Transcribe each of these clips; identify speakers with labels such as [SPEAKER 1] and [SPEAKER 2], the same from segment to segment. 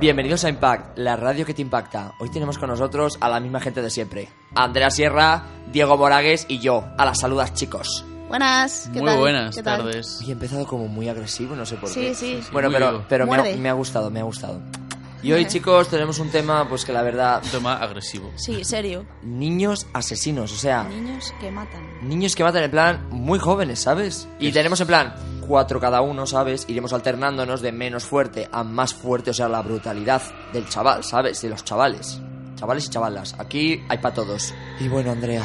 [SPEAKER 1] Bienvenidos a Impact, la radio que te impacta. Hoy tenemos con nosotros a la misma gente de siempre. Andrea Sierra, Diego Moragues y yo. A las saludas, chicos.
[SPEAKER 2] Buenas, ¿qué
[SPEAKER 3] Muy
[SPEAKER 2] tal?
[SPEAKER 3] buenas
[SPEAKER 2] ¿Qué tal?
[SPEAKER 3] tardes.
[SPEAKER 1] Y he empezado como muy agresivo, no sé por
[SPEAKER 2] Sí,
[SPEAKER 1] qué.
[SPEAKER 2] sí.
[SPEAKER 1] Bueno,
[SPEAKER 3] Muy
[SPEAKER 1] pero,
[SPEAKER 3] vivo.
[SPEAKER 1] pero me, ha,
[SPEAKER 2] Muerde.
[SPEAKER 1] me ha gustado, me ha gustado. Y hoy,
[SPEAKER 2] Vale.
[SPEAKER 1] chicos, tenemos un tema, pues que la verdad...
[SPEAKER 3] Un tema agresivo.
[SPEAKER 2] Sí, serio.
[SPEAKER 1] Niños asesinos, o sea...
[SPEAKER 2] Niños que matan.
[SPEAKER 1] Niños que matan en plan muy jóvenes, ¿sabes? Y
[SPEAKER 3] Es-
[SPEAKER 1] tenemos en plan cuatro cada uno, ¿sabes? Iremos alternándonos de menos fuerte a más fuerte, o sea, la brutalidad del chaval, ¿sabes? De los chavales. Chavales y chavalas. Aquí hay para todos. Y bueno, Andrea,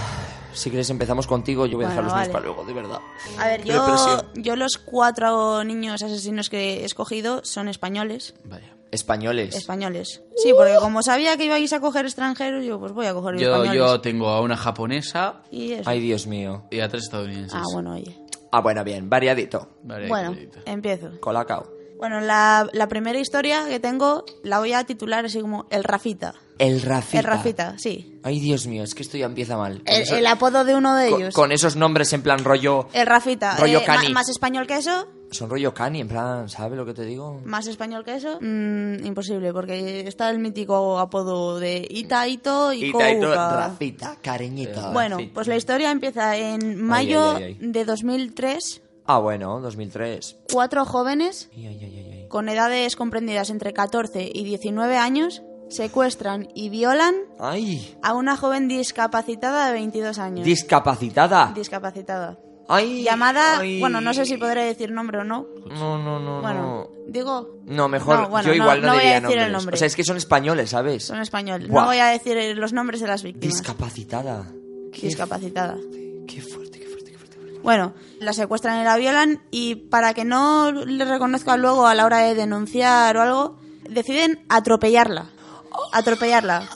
[SPEAKER 1] si quieres empezamos contigo, yo voy a dejar los
[SPEAKER 2] Bueno,
[SPEAKER 1] míos para
[SPEAKER 2] vale.
[SPEAKER 1] luego, de verdad.
[SPEAKER 2] A ver, yo,
[SPEAKER 1] Represión.
[SPEAKER 2] yo los cuatro niños asesinos que he escogido son españoles.
[SPEAKER 3] Vaya.
[SPEAKER 1] Españoles.
[SPEAKER 2] Españoles. Sí, porque como sabía que ibais a coger extranjeros, yo pues voy a coger
[SPEAKER 3] Yo,
[SPEAKER 2] españoles.
[SPEAKER 3] yo tengo a una japonesa
[SPEAKER 2] Y eso.
[SPEAKER 1] Ay, Dios mío.
[SPEAKER 3] y a tres estadounidenses.
[SPEAKER 2] Ah, bueno, oye.
[SPEAKER 1] Ah, bueno, bien, variadito.
[SPEAKER 3] Vale,
[SPEAKER 2] Bueno,
[SPEAKER 3] queridita.
[SPEAKER 2] empiezo.
[SPEAKER 1] Colacao.
[SPEAKER 2] Bueno, la, la primera historia que tengo la voy a titular así como El Rafita.
[SPEAKER 1] El Rafita.
[SPEAKER 2] El Rafita, sí.
[SPEAKER 1] Ay, Dios mío, es que esto ya empieza mal. Con
[SPEAKER 2] El,
[SPEAKER 1] eso-
[SPEAKER 2] el apodo de uno de
[SPEAKER 1] con-
[SPEAKER 2] ellos.
[SPEAKER 1] con esos nombres en plan rollo...
[SPEAKER 2] El Rafita. Eh,
[SPEAKER 1] Rollo
[SPEAKER 2] ma-
[SPEAKER 1] cani.
[SPEAKER 2] más español que eso,
[SPEAKER 1] Son rollo cani, en plan, ¿sabes lo que te digo?
[SPEAKER 2] más español que eso, mm, imposible, porque está el mítico apodo de Ita, Ito y
[SPEAKER 1] Ita, ito,
[SPEAKER 2] Kouka.
[SPEAKER 1] Rafita,
[SPEAKER 3] Eh.
[SPEAKER 1] cariñito.
[SPEAKER 2] Bueno,
[SPEAKER 3] Rafita.
[SPEAKER 2] pues la historia empieza en mayo
[SPEAKER 1] ay, ay.
[SPEAKER 2] de 2003.
[SPEAKER 1] Ah, bueno, 2003.
[SPEAKER 2] Cuatro jóvenes
[SPEAKER 1] Ay, ay, ay, ay, ay.
[SPEAKER 2] con edades comprendidas entre 14 y 19 años secuestran y violan
[SPEAKER 1] Ay,
[SPEAKER 2] a una joven discapacitada de 22 años.
[SPEAKER 1] discapacitada.
[SPEAKER 2] discapacitada.
[SPEAKER 1] Ay,
[SPEAKER 2] Llamada,
[SPEAKER 1] ay.
[SPEAKER 2] bueno, no sé si podré decir nombre o no.
[SPEAKER 1] No, no, no,
[SPEAKER 2] Bueno, digo,
[SPEAKER 1] no. No, mejor,
[SPEAKER 2] No, bueno,
[SPEAKER 1] yo
[SPEAKER 2] no,
[SPEAKER 1] igual no,
[SPEAKER 2] no voy a
[SPEAKER 1] diría
[SPEAKER 2] decir el
[SPEAKER 1] nombres.
[SPEAKER 2] nombre.
[SPEAKER 1] O sea, es que son españoles, ¿sabes?
[SPEAKER 2] son español.
[SPEAKER 1] Buah.
[SPEAKER 2] No voy a decir eh, los nombres de las víctimas.
[SPEAKER 1] Discapacitada. Qué
[SPEAKER 2] discapacitada.
[SPEAKER 1] fuerte, Qué fuerte, qué fuerte, qué fuerte.
[SPEAKER 2] Bueno, la secuestran y la violan y para que no le reconozcan luego a la hora de denunciar o algo, deciden atropellarla.
[SPEAKER 1] Oh.
[SPEAKER 2] Atropellarla.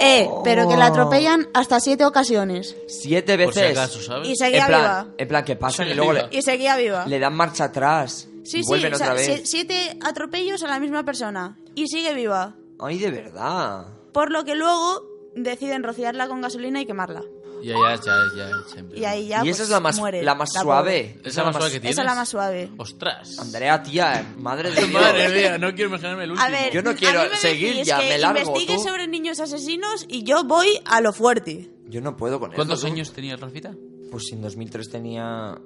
[SPEAKER 2] Eh, pero que la atropellan hasta siete ocasiones.
[SPEAKER 1] Siete
[SPEAKER 3] Por
[SPEAKER 1] veces.
[SPEAKER 3] si acaso, ¿sabes?
[SPEAKER 2] Y
[SPEAKER 1] en
[SPEAKER 2] seguía
[SPEAKER 1] plan,
[SPEAKER 2] viva.
[SPEAKER 1] en plan, que pasan
[SPEAKER 3] Sí,
[SPEAKER 1] y luego
[SPEAKER 3] viva.
[SPEAKER 1] le,
[SPEAKER 2] Y seguía viva.
[SPEAKER 1] le dan marcha atrás.
[SPEAKER 2] Sí,
[SPEAKER 1] y
[SPEAKER 2] sí,
[SPEAKER 1] vuelven
[SPEAKER 2] o sea,
[SPEAKER 1] otra
[SPEAKER 2] si-
[SPEAKER 1] vez.
[SPEAKER 2] siete atropellos a la misma persona. Y sigue viva.
[SPEAKER 1] Ay, de verdad.
[SPEAKER 2] Por lo que luego deciden rociarla con gasolina y quemarla.
[SPEAKER 3] Ya, ya, ya, ya, siempre.
[SPEAKER 2] Y ahí ya
[SPEAKER 1] y esa es
[SPEAKER 2] pues,
[SPEAKER 1] la más,
[SPEAKER 2] muere
[SPEAKER 1] la más
[SPEAKER 2] la
[SPEAKER 1] suave.
[SPEAKER 2] pobre.
[SPEAKER 3] Esa es la más suave que tienes.
[SPEAKER 2] Esa es la más suave.
[SPEAKER 3] Ostras.
[SPEAKER 1] Andrea, tía, madre de Dios.
[SPEAKER 3] Madre mía, no quiero imaginarme el último.
[SPEAKER 2] A ver,
[SPEAKER 1] Yo no
[SPEAKER 2] a
[SPEAKER 1] quiero
[SPEAKER 2] mí me
[SPEAKER 1] seguir
[SPEAKER 2] decís
[SPEAKER 1] ya,
[SPEAKER 2] que
[SPEAKER 1] me largo,
[SPEAKER 2] investigue
[SPEAKER 1] tú.
[SPEAKER 2] sobre niños asesinos y yo voy a lo fuerte.
[SPEAKER 1] Yo no puedo con
[SPEAKER 3] ¿Cuántos
[SPEAKER 1] esto, tú.
[SPEAKER 3] años tenía Rafita?
[SPEAKER 1] Pues en 2003 tenía...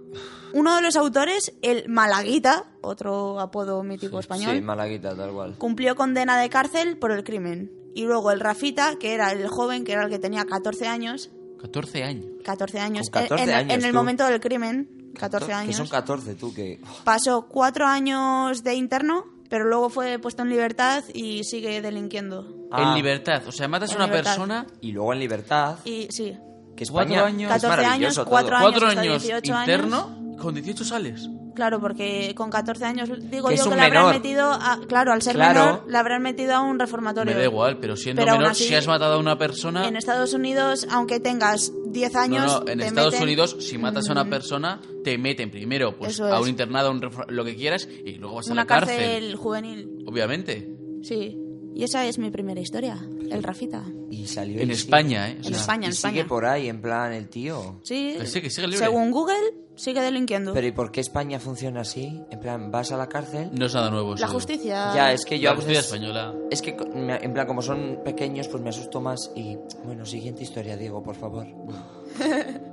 [SPEAKER 2] Uno de los autores, el Malaguita, otro apodo mítico español,
[SPEAKER 1] Sí, Malaguita, tal cual.
[SPEAKER 2] cumplió condena de cárcel por el crimen. Y luego el Rafita, que era el joven, que era el que tenía 14 años,
[SPEAKER 3] 14 años.
[SPEAKER 2] 14 años,
[SPEAKER 1] Con 14
[SPEAKER 2] en, en-
[SPEAKER 1] años,
[SPEAKER 2] en el
[SPEAKER 1] tú.
[SPEAKER 2] momento del crimen, 14
[SPEAKER 1] Que
[SPEAKER 2] años,
[SPEAKER 1] son 14, tú, que...
[SPEAKER 2] pasó cuatro años de interno, pero luego fue puesto en libertad y sigue delinquiendo.
[SPEAKER 1] Ah.
[SPEAKER 3] En libertad. O sea, matas a
[SPEAKER 2] En
[SPEAKER 3] una
[SPEAKER 2] libertad.
[SPEAKER 3] persona.
[SPEAKER 1] Y luego en libertad,
[SPEAKER 2] Y sí,
[SPEAKER 1] que
[SPEAKER 3] Cuatro
[SPEAKER 1] España
[SPEAKER 3] años.
[SPEAKER 1] es
[SPEAKER 2] 14
[SPEAKER 1] maravilloso
[SPEAKER 2] años, cuatro
[SPEAKER 1] todo.
[SPEAKER 2] años.
[SPEAKER 3] Cuatro
[SPEAKER 2] hasta
[SPEAKER 3] años
[SPEAKER 2] 18 años.
[SPEAKER 3] interno, con 18 sales.
[SPEAKER 2] Claro, porque con 14 años digo
[SPEAKER 1] Que es
[SPEAKER 2] yo que
[SPEAKER 1] un
[SPEAKER 2] le habrán
[SPEAKER 1] menor.
[SPEAKER 2] metido a, claro, al ser
[SPEAKER 1] Claro.
[SPEAKER 2] menor le habrán metido a un reformatorio.
[SPEAKER 3] Me da igual, pero siendo
[SPEAKER 2] Pero aún
[SPEAKER 3] menor,
[SPEAKER 2] así,
[SPEAKER 3] si has matado a una persona.
[SPEAKER 2] En Estados Unidos, aunque tengas 10
[SPEAKER 3] No,
[SPEAKER 2] años,
[SPEAKER 3] no, en
[SPEAKER 2] te
[SPEAKER 3] Estados
[SPEAKER 2] meten-
[SPEAKER 3] Unidos, si matas a una persona, te meten primero pues,
[SPEAKER 2] Eso
[SPEAKER 3] a
[SPEAKER 2] es.
[SPEAKER 3] un internado, a un refra- lo que quieras, y luego vas a
[SPEAKER 2] una
[SPEAKER 3] la cárcel.
[SPEAKER 2] cárcel juvenil.
[SPEAKER 3] Obviamente.
[SPEAKER 2] Sí. Y esa es mi primera historia, el Rafita.
[SPEAKER 1] Y salió
[SPEAKER 3] En
[SPEAKER 1] y sigue.
[SPEAKER 3] España, ¿eh? O
[SPEAKER 1] Y-
[SPEAKER 3] sea,
[SPEAKER 1] y
[SPEAKER 2] España, en
[SPEAKER 1] sigue
[SPEAKER 2] España.
[SPEAKER 1] por ahí, en plan, el tío.
[SPEAKER 2] Sí.
[SPEAKER 3] Que sí, que sigue libre.
[SPEAKER 2] Según Google, sigue delinquiendo.
[SPEAKER 1] Pero ¿y por qué España funciona así? En plan, vas a la cárcel...
[SPEAKER 3] No es nada nuevo.
[SPEAKER 2] la
[SPEAKER 3] eso.
[SPEAKER 2] justicia.
[SPEAKER 1] Ya, es que yo
[SPEAKER 3] La
[SPEAKER 1] a veces-
[SPEAKER 3] justicia española.
[SPEAKER 1] Es que, co- me- en plan, como son pequeños, pues me asusto más y... Bueno, siguiente historia, Diego, por favor.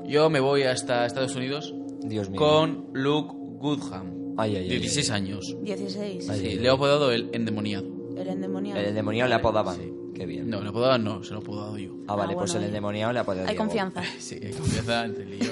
[SPEAKER 3] Yo me voy hasta Estados Unidos
[SPEAKER 1] Dios mío.
[SPEAKER 3] con Luke Goodham.
[SPEAKER 1] Pues Ay, ay, ay,
[SPEAKER 3] 16 años.
[SPEAKER 2] 16.
[SPEAKER 1] Ay.
[SPEAKER 3] Sí, le he apodado el endemoniado.
[SPEAKER 2] El endemoniado.
[SPEAKER 1] El endemoniado le apodaban. Qué bien.
[SPEAKER 3] No, le he apodado no, se lo he apodado yo.
[SPEAKER 1] Ah, vale, pues
[SPEAKER 2] Ah, bueno,
[SPEAKER 1] el
[SPEAKER 2] bien.
[SPEAKER 1] endemoniado le apodaba
[SPEAKER 2] Hay
[SPEAKER 1] Diego.
[SPEAKER 2] confianza.
[SPEAKER 3] Sí, hay confianza entre él y yo.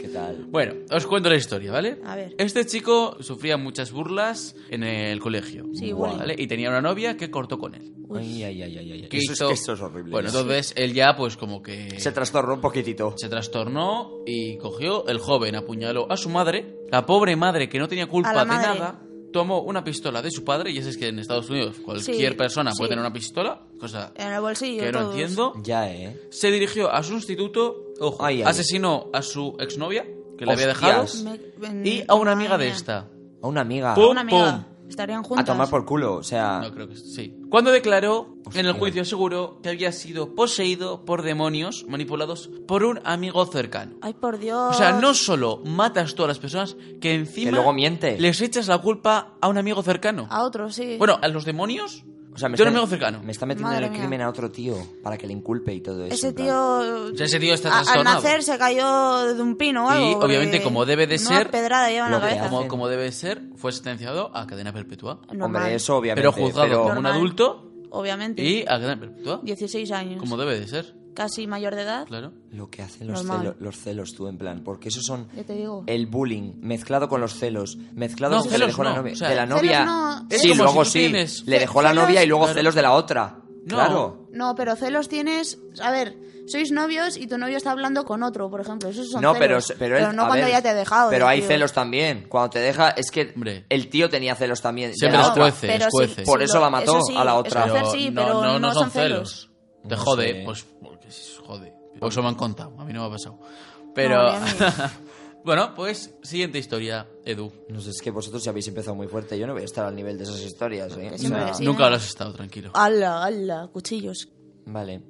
[SPEAKER 1] ¿Qué tal?
[SPEAKER 3] Bueno, os cuento la historia, ¿vale?
[SPEAKER 2] A ver.
[SPEAKER 3] Este chico sufría muchas burlas en el colegio.
[SPEAKER 2] Sí, bullying.
[SPEAKER 3] ¿vale? Y tenía una novia que cortó con él.
[SPEAKER 1] Ay, ay, ay, ay, ay.
[SPEAKER 3] Que
[SPEAKER 1] Eso es,
[SPEAKER 3] hizo-
[SPEAKER 1] que esto es horrible.
[SPEAKER 3] Bueno, entonces él ya, pues como que.
[SPEAKER 1] Se trastornó un poquitito.
[SPEAKER 3] se trastornó y cogió el joven, apuñaló a su madre. La pobre madre, que no tenía culpa
[SPEAKER 2] A
[SPEAKER 3] de
[SPEAKER 2] la madre.
[SPEAKER 3] nada, tomó una pistola de su padre. Y es que en Estados Unidos cualquier
[SPEAKER 2] Sí,
[SPEAKER 3] persona
[SPEAKER 2] sí.
[SPEAKER 3] puede tener una pistola, cosa
[SPEAKER 2] En el bolsillo.
[SPEAKER 3] que no
[SPEAKER 2] todos.
[SPEAKER 3] entiendo.
[SPEAKER 1] Ya, ¿eh?
[SPEAKER 3] Se dirigió a su instituto, ojo,
[SPEAKER 1] Ay, ay.
[SPEAKER 3] asesinó a su exnovia, que le había dejado,
[SPEAKER 1] Hostias.
[SPEAKER 2] Me- en-
[SPEAKER 3] y a una amiga
[SPEAKER 2] madre
[SPEAKER 3] de
[SPEAKER 2] mía.
[SPEAKER 3] esta.
[SPEAKER 1] A una amiga.
[SPEAKER 3] Pum,
[SPEAKER 2] Una amiga.
[SPEAKER 3] pum.
[SPEAKER 2] Estarían
[SPEAKER 1] A
[SPEAKER 2] juntas.
[SPEAKER 1] tomar por culo, o sea...
[SPEAKER 3] Ah, No creo que sí. Cuando declaró en el
[SPEAKER 1] Hostia.
[SPEAKER 3] juicio aseguró que había sido poseído por demonios manipulados por un amigo cercano.
[SPEAKER 2] Ay, por Dios.
[SPEAKER 3] O sea, no solo matas tú a las personas, que encima
[SPEAKER 1] Que luego miente.
[SPEAKER 3] les echas la culpa a un amigo cercano.
[SPEAKER 2] A otro, sí.
[SPEAKER 3] Bueno, a los demonios,
[SPEAKER 1] O sea, me
[SPEAKER 3] De un
[SPEAKER 1] está-
[SPEAKER 3] amigo cercano.
[SPEAKER 1] Me está metiendo
[SPEAKER 2] Madre
[SPEAKER 1] en el
[SPEAKER 2] mía.
[SPEAKER 1] crimen a otro tío para que le inculpe y todo eso.
[SPEAKER 2] Ese
[SPEAKER 1] en plan.
[SPEAKER 2] tío.
[SPEAKER 3] O sea, ese tío está
[SPEAKER 2] a- Al
[SPEAKER 3] trastornado.
[SPEAKER 2] nacer se cayó de un pino o
[SPEAKER 3] Y,
[SPEAKER 2] algo. porque
[SPEAKER 3] obviamente, como debe de
[SPEAKER 2] una
[SPEAKER 3] ser,
[SPEAKER 2] pedrada lleva en la
[SPEAKER 1] lo que
[SPEAKER 2] cabeza.
[SPEAKER 1] hace.
[SPEAKER 3] Como, como debe ser, fue sentenciado a cadena perpetua.
[SPEAKER 2] Normal.
[SPEAKER 1] Hombre, eso obviamente.
[SPEAKER 3] Pero juzgado
[SPEAKER 1] pero-
[SPEAKER 3] como un
[SPEAKER 2] Normal.
[SPEAKER 3] adulto
[SPEAKER 2] Obviamente.
[SPEAKER 3] y a cadena perpetua.
[SPEAKER 2] 16 años.
[SPEAKER 3] Como debe de ser,
[SPEAKER 2] Casi mayor de edad.
[SPEAKER 3] claro.
[SPEAKER 1] Lo que hacen los, celo-
[SPEAKER 2] Normal.
[SPEAKER 1] los celos, tú, en plan. Porque esos son
[SPEAKER 2] Ya te digo.
[SPEAKER 1] el bullying mezclado con los celos. Mezclado
[SPEAKER 3] No,
[SPEAKER 1] con que le
[SPEAKER 3] celos
[SPEAKER 1] dejó la
[SPEAKER 3] no,
[SPEAKER 1] novia.
[SPEAKER 3] o sea,
[SPEAKER 1] de la
[SPEAKER 2] celos
[SPEAKER 1] novia.
[SPEAKER 2] no,
[SPEAKER 1] Sí,
[SPEAKER 3] es como
[SPEAKER 1] luego
[SPEAKER 3] si tú
[SPEAKER 1] sí.
[SPEAKER 3] tienes-
[SPEAKER 1] Le dejó la
[SPEAKER 2] Celos-
[SPEAKER 1] novia y luego
[SPEAKER 3] Claro.
[SPEAKER 1] celos de la otra.
[SPEAKER 3] No.
[SPEAKER 1] Claro.
[SPEAKER 2] No, pero celos tienes. A ver, sois novios y tu novio está hablando con otro, por ejemplo. Esos son
[SPEAKER 1] No, pero,
[SPEAKER 2] celos.
[SPEAKER 1] pero, él-
[SPEAKER 2] no
[SPEAKER 1] a
[SPEAKER 2] cuando
[SPEAKER 1] ver,
[SPEAKER 2] ya te he dejado.
[SPEAKER 1] Pero
[SPEAKER 2] tío.
[SPEAKER 1] hay celos también. Cuando te deja, es que
[SPEAKER 3] Hombre.
[SPEAKER 1] el tío tenía celos también. de
[SPEAKER 3] Se me
[SPEAKER 1] la
[SPEAKER 3] los
[SPEAKER 1] otra.
[SPEAKER 3] cuece.
[SPEAKER 2] pero sí,
[SPEAKER 3] escuece.
[SPEAKER 2] sí,
[SPEAKER 1] Por eso
[SPEAKER 2] lo-
[SPEAKER 1] la mató
[SPEAKER 2] sí,
[SPEAKER 1] a la otra.
[SPEAKER 2] eso hacer sí, pero no, son celos.
[SPEAKER 3] Te
[SPEAKER 1] No
[SPEAKER 3] jode,
[SPEAKER 1] sé.
[SPEAKER 3] pues porque se jode. O eso me han contado, a mí no me ha pasado.
[SPEAKER 2] No,
[SPEAKER 3] Pero
[SPEAKER 2] a mí a
[SPEAKER 3] bueno, pues siguiente historia, Edu.
[SPEAKER 1] No sé, es que vosotros ya habéis empezado muy fuerte. Yo no voy a estar al nivel de esas historias, ¿eh?
[SPEAKER 2] Que
[SPEAKER 1] O
[SPEAKER 2] siempre
[SPEAKER 1] sea,
[SPEAKER 2] que sí. Ah,
[SPEAKER 3] Nunca
[SPEAKER 2] ¿no?
[SPEAKER 3] lo has estado tranquilo.
[SPEAKER 2] Ala, ala, cuchillos.
[SPEAKER 1] Vale.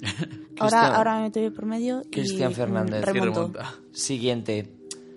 [SPEAKER 1] Cristian-
[SPEAKER 2] Ahora, ahora me meto yo por medio. y,
[SPEAKER 1] Cristian
[SPEAKER 2] mm,
[SPEAKER 1] Fernández.
[SPEAKER 3] Que
[SPEAKER 2] remonto.
[SPEAKER 3] remonta.
[SPEAKER 1] Siguiente.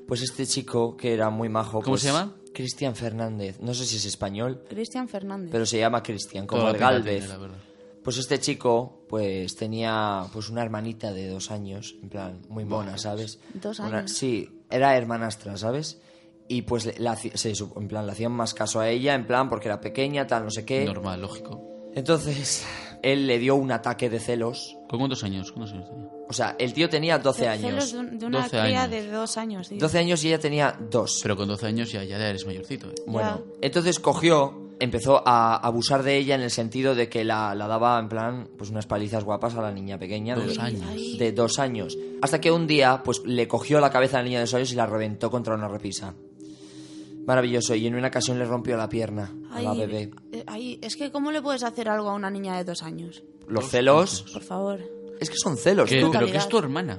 [SPEAKER 1] Pues este chico que era muy majo.
[SPEAKER 3] ¿Cómo
[SPEAKER 1] pues,
[SPEAKER 3] se llama?
[SPEAKER 1] Cristian Fernández. No sé si es español,
[SPEAKER 2] Cristian Fernández.
[SPEAKER 1] pero se llama Cristian, como
[SPEAKER 3] Toda
[SPEAKER 1] el
[SPEAKER 3] la pena
[SPEAKER 1] Galvez.
[SPEAKER 3] tiene, la verdad.
[SPEAKER 1] Pues este chico, pues tenía pues una hermanita de dos años, en plan, muy mona, ¿sabes?
[SPEAKER 2] Dos
[SPEAKER 1] Una-
[SPEAKER 2] años.
[SPEAKER 1] sí, era hermanastra, ¿sabes? Y pues le- la haci- se supo- en plan, le hacían más caso a ella, en plan, porque era pequeña, tal, no sé qué.
[SPEAKER 3] Normal, lógico.
[SPEAKER 1] Entonces, él le dio un ataque de celos.
[SPEAKER 3] ¿Con cuántos años? ¿Cuántos años tenía?
[SPEAKER 1] O sea, el tío tenía 12
[SPEAKER 2] Ce- Celos
[SPEAKER 1] años.
[SPEAKER 2] de, un- de una
[SPEAKER 3] 12
[SPEAKER 2] cría
[SPEAKER 3] años.
[SPEAKER 2] de dos años. tío.
[SPEAKER 1] 12 años y ella tenía 2.
[SPEAKER 3] Pero con 12 años ya, ya eres mayorcito. ¿eh?
[SPEAKER 1] Bueno,
[SPEAKER 2] Ya.
[SPEAKER 1] entonces cogió, empezó a abusar de ella en el sentido de que la, la daba en plan, pues unas palizas guapas a la niña pequeña.
[SPEAKER 3] Dos
[SPEAKER 1] de,
[SPEAKER 3] años.
[SPEAKER 1] De dos años. Hasta que un día, pues le cogió la cabeza a la niña de dos años y la reventó contra una repisa. Maravilloso. Y en una ocasión le rompió la pierna a
[SPEAKER 2] Ay,
[SPEAKER 1] la bebé.
[SPEAKER 2] eh, ay, es que, ¿cómo le puedes hacer algo a una niña de dos años? Pues,
[SPEAKER 1] Los celos.
[SPEAKER 2] Por favor.
[SPEAKER 1] Es que son celos,
[SPEAKER 2] Pues
[SPEAKER 3] ¿Qué?
[SPEAKER 1] tú.
[SPEAKER 3] Pero que es tu hermana.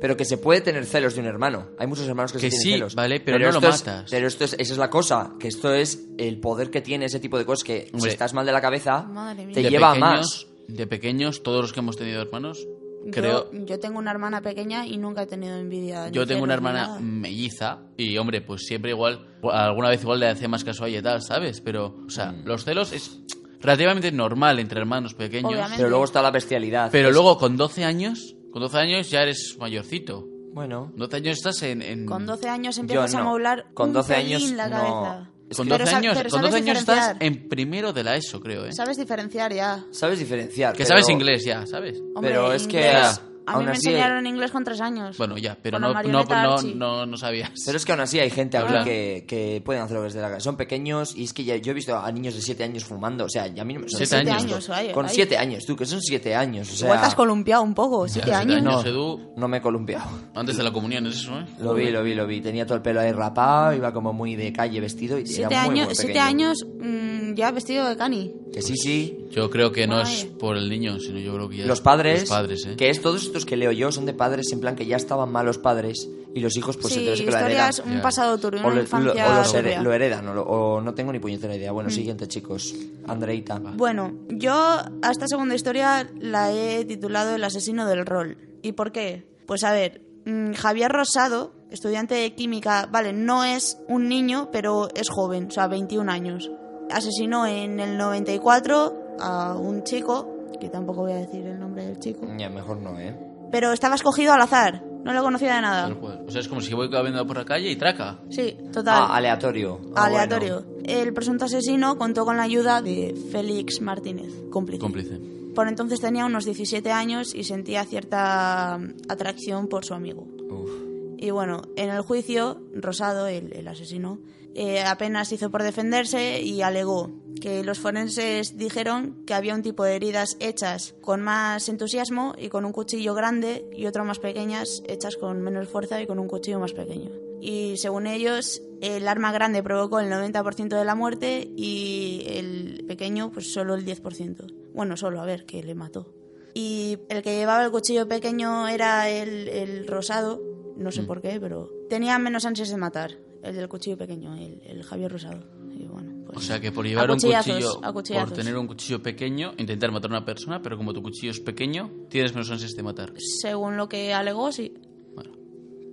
[SPEAKER 1] Pero que se puede tener celos de un hermano. Hay muchos hermanos que,
[SPEAKER 3] Que
[SPEAKER 1] se tienen
[SPEAKER 3] sí,
[SPEAKER 1] celos.
[SPEAKER 3] vale, pero no lo
[SPEAKER 1] esto es-
[SPEAKER 3] matas.
[SPEAKER 1] pero esto es, esa es la cosa, que esto es el poder que tiene ese tipo de cosas que si
[SPEAKER 3] Hombre.
[SPEAKER 1] estás mal de la cabeza
[SPEAKER 2] Madre mía.
[SPEAKER 1] te
[SPEAKER 3] De
[SPEAKER 1] lleva a más.
[SPEAKER 3] pequeños- De pequeños, todos los que hemos tenido hermanos, creo.
[SPEAKER 2] Yo, yo tengo una hermana pequeña y nunca he tenido envidia. ni
[SPEAKER 3] Yo
[SPEAKER 2] celos,
[SPEAKER 3] tengo una
[SPEAKER 2] ni
[SPEAKER 3] hermana
[SPEAKER 2] nada.
[SPEAKER 1] mm,
[SPEAKER 3] melliza y, hombre, pues siempre igual, alguna vez igual le hacía más caso a ella y tal, ¿sabes? Pero, o sea,
[SPEAKER 1] Mm.
[SPEAKER 3] los celos es relativamente normal entre hermanos pequeños.
[SPEAKER 2] Obviamente.
[SPEAKER 1] Pero luego está la bestialidad.
[SPEAKER 3] Pero
[SPEAKER 1] Es-
[SPEAKER 3] luego con 12 años, con 12 años ya eres mayorcito.
[SPEAKER 1] Bueno,
[SPEAKER 3] Con 12 años estás en... en-
[SPEAKER 2] Con 12 años empiezas
[SPEAKER 1] yo no.
[SPEAKER 2] a moblar
[SPEAKER 1] Con
[SPEAKER 2] un
[SPEAKER 1] 12
[SPEAKER 2] pelín
[SPEAKER 1] años,
[SPEAKER 2] la
[SPEAKER 1] no.
[SPEAKER 2] cabeza.
[SPEAKER 1] Es
[SPEAKER 3] con
[SPEAKER 1] que-
[SPEAKER 3] 12
[SPEAKER 2] Pero sa-
[SPEAKER 3] años,
[SPEAKER 2] pero
[SPEAKER 3] con 12
[SPEAKER 2] sabes
[SPEAKER 3] años estás
[SPEAKER 2] diferenciar.
[SPEAKER 3] en primero de la ESO, creo, ¿eh?
[SPEAKER 2] Sabes diferenciar ya.
[SPEAKER 1] sabes diferenciar.
[SPEAKER 3] Que
[SPEAKER 1] pero-
[SPEAKER 3] sabes inglés ya, ¿sabes?
[SPEAKER 2] Hombre,
[SPEAKER 1] Pero es que,
[SPEAKER 2] inglés.
[SPEAKER 1] ah,
[SPEAKER 2] A
[SPEAKER 1] aún
[SPEAKER 2] mí me
[SPEAKER 1] así-
[SPEAKER 2] enseñaron inglés con tres años.
[SPEAKER 3] Bueno, ya, pero
[SPEAKER 2] Con
[SPEAKER 3] no,
[SPEAKER 2] la
[SPEAKER 3] no,
[SPEAKER 2] marioneta
[SPEAKER 3] no,
[SPEAKER 2] Archie.
[SPEAKER 3] no, no sabías.
[SPEAKER 1] Pero es que aún así hay gente
[SPEAKER 3] Habla.
[SPEAKER 1] ahora que, que pueden hacerlo desde la casa. Son pequeños y es que ya- yo he visto a niños de 7 años fumando. O sea, y a mí no me son
[SPEAKER 3] Siete
[SPEAKER 1] siete
[SPEAKER 3] años.
[SPEAKER 1] años,
[SPEAKER 2] Ay,
[SPEAKER 1] Con
[SPEAKER 2] ay.
[SPEAKER 1] 7 años, tú, que son 7 años. O sea,
[SPEAKER 2] Igual te has columpiado un poco,
[SPEAKER 3] Ya,
[SPEAKER 2] siete
[SPEAKER 3] siete
[SPEAKER 2] años.
[SPEAKER 3] años,
[SPEAKER 1] No.
[SPEAKER 3] Edu,
[SPEAKER 1] No me he columpiado.
[SPEAKER 3] antes de la comunión, es eso, ¿eh?
[SPEAKER 1] Lo vi, lo vi, lo vi. Tenía todo el pelo ahí rapado, iba como muy de calle vestido y
[SPEAKER 2] Siete
[SPEAKER 1] era muy, muy
[SPEAKER 2] años, siete
[SPEAKER 1] pequeño.
[SPEAKER 2] años mm, ya vestido de cani.
[SPEAKER 1] Que sí, sí.
[SPEAKER 3] Yo creo que no es
[SPEAKER 2] Madre.
[SPEAKER 3] por el niño, sino yo creo que ya
[SPEAKER 1] Los padres,
[SPEAKER 3] Los padres, ¿eh?
[SPEAKER 1] que es todos estos que leo yo, son de padres en plan que ya estaban malos padres y los hijos pues
[SPEAKER 2] sí,
[SPEAKER 1] se que la heredan.
[SPEAKER 2] historias, un
[SPEAKER 3] Ya.
[SPEAKER 2] pasado turbio,
[SPEAKER 1] O
[SPEAKER 2] una
[SPEAKER 1] lo,
[SPEAKER 2] infancia Mm.
[SPEAKER 1] lo- o los
[SPEAKER 2] turbia.
[SPEAKER 1] here- lo heredan, o, lo- o no tengo ni puñetera idea. Bueno, siguiente, chicos. Andreita.
[SPEAKER 3] Ah.
[SPEAKER 2] Bueno, yo a esta segunda historia la he titulado El asesino del rol. ¿Y por qué? Pues a ver, mm, Javier Rosado, estudiante de química, vale, no es un niño, pero es joven, o sea, 21 años. Asesinó en el 94 a un chico, que tampoco voy a decir el nombre del chico,
[SPEAKER 1] Ya, mejor no, ¿eh?
[SPEAKER 2] pero estaba escogido al azar, no lo conocía de
[SPEAKER 3] Tal
[SPEAKER 2] nada.
[SPEAKER 3] cual. O sea, es como si voy caminando por la calle y traca.
[SPEAKER 2] Sí, total.
[SPEAKER 1] Ah, aleatorio. Ah,
[SPEAKER 2] aleatorio.
[SPEAKER 1] bueno.
[SPEAKER 2] El presunto asesino contó con la ayuda de Félix Martínez, cómplice.
[SPEAKER 3] Cómplice.
[SPEAKER 2] Por entonces tenía unos 17 años y sentía cierta mm, atracción por su amigo.
[SPEAKER 1] Uf.
[SPEAKER 2] Y bueno, en el juicio, Rosado, el, el asesino, eh, apenas hizo por defenderse y alegó que los forenses dijeron que había un tipo de heridas hechas con más entusiasmo y con un cuchillo grande y otro más pequeñas hechas con menos fuerza y con un cuchillo más pequeño. Y según ellos, el arma grande provocó el 90% de la muerte y el pequeño pues solo el 10%. Bueno, solo, a ver, que le mató. Y el que llevaba el cuchillo pequeño era el, el rosado, no
[SPEAKER 3] Mm.
[SPEAKER 2] sé por qué, pero tenía menos ansias de matar, el del cuchillo pequeño, el, el Javier Rosado. Y bueno, pues,
[SPEAKER 3] O sea, que por
[SPEAKER 2] a
[SPEAKER 3] llevar un
[SPEAKER 2] cuchillazos,
[SPEAKER 3] cuchillo,
[SPEAKER 2] a
[SPEAKER 3] por
[SPEAKER 2] cuchillazos.
[SPEAKER 3] tener un cuchillo pequeño, intentar matar a una persona, pero como tu cuchillo es pequeño, tienes menos ansias de matar.
[SPEAKER 2] Según lo que alegó, sí.
[SPEAKER 3] Bueno,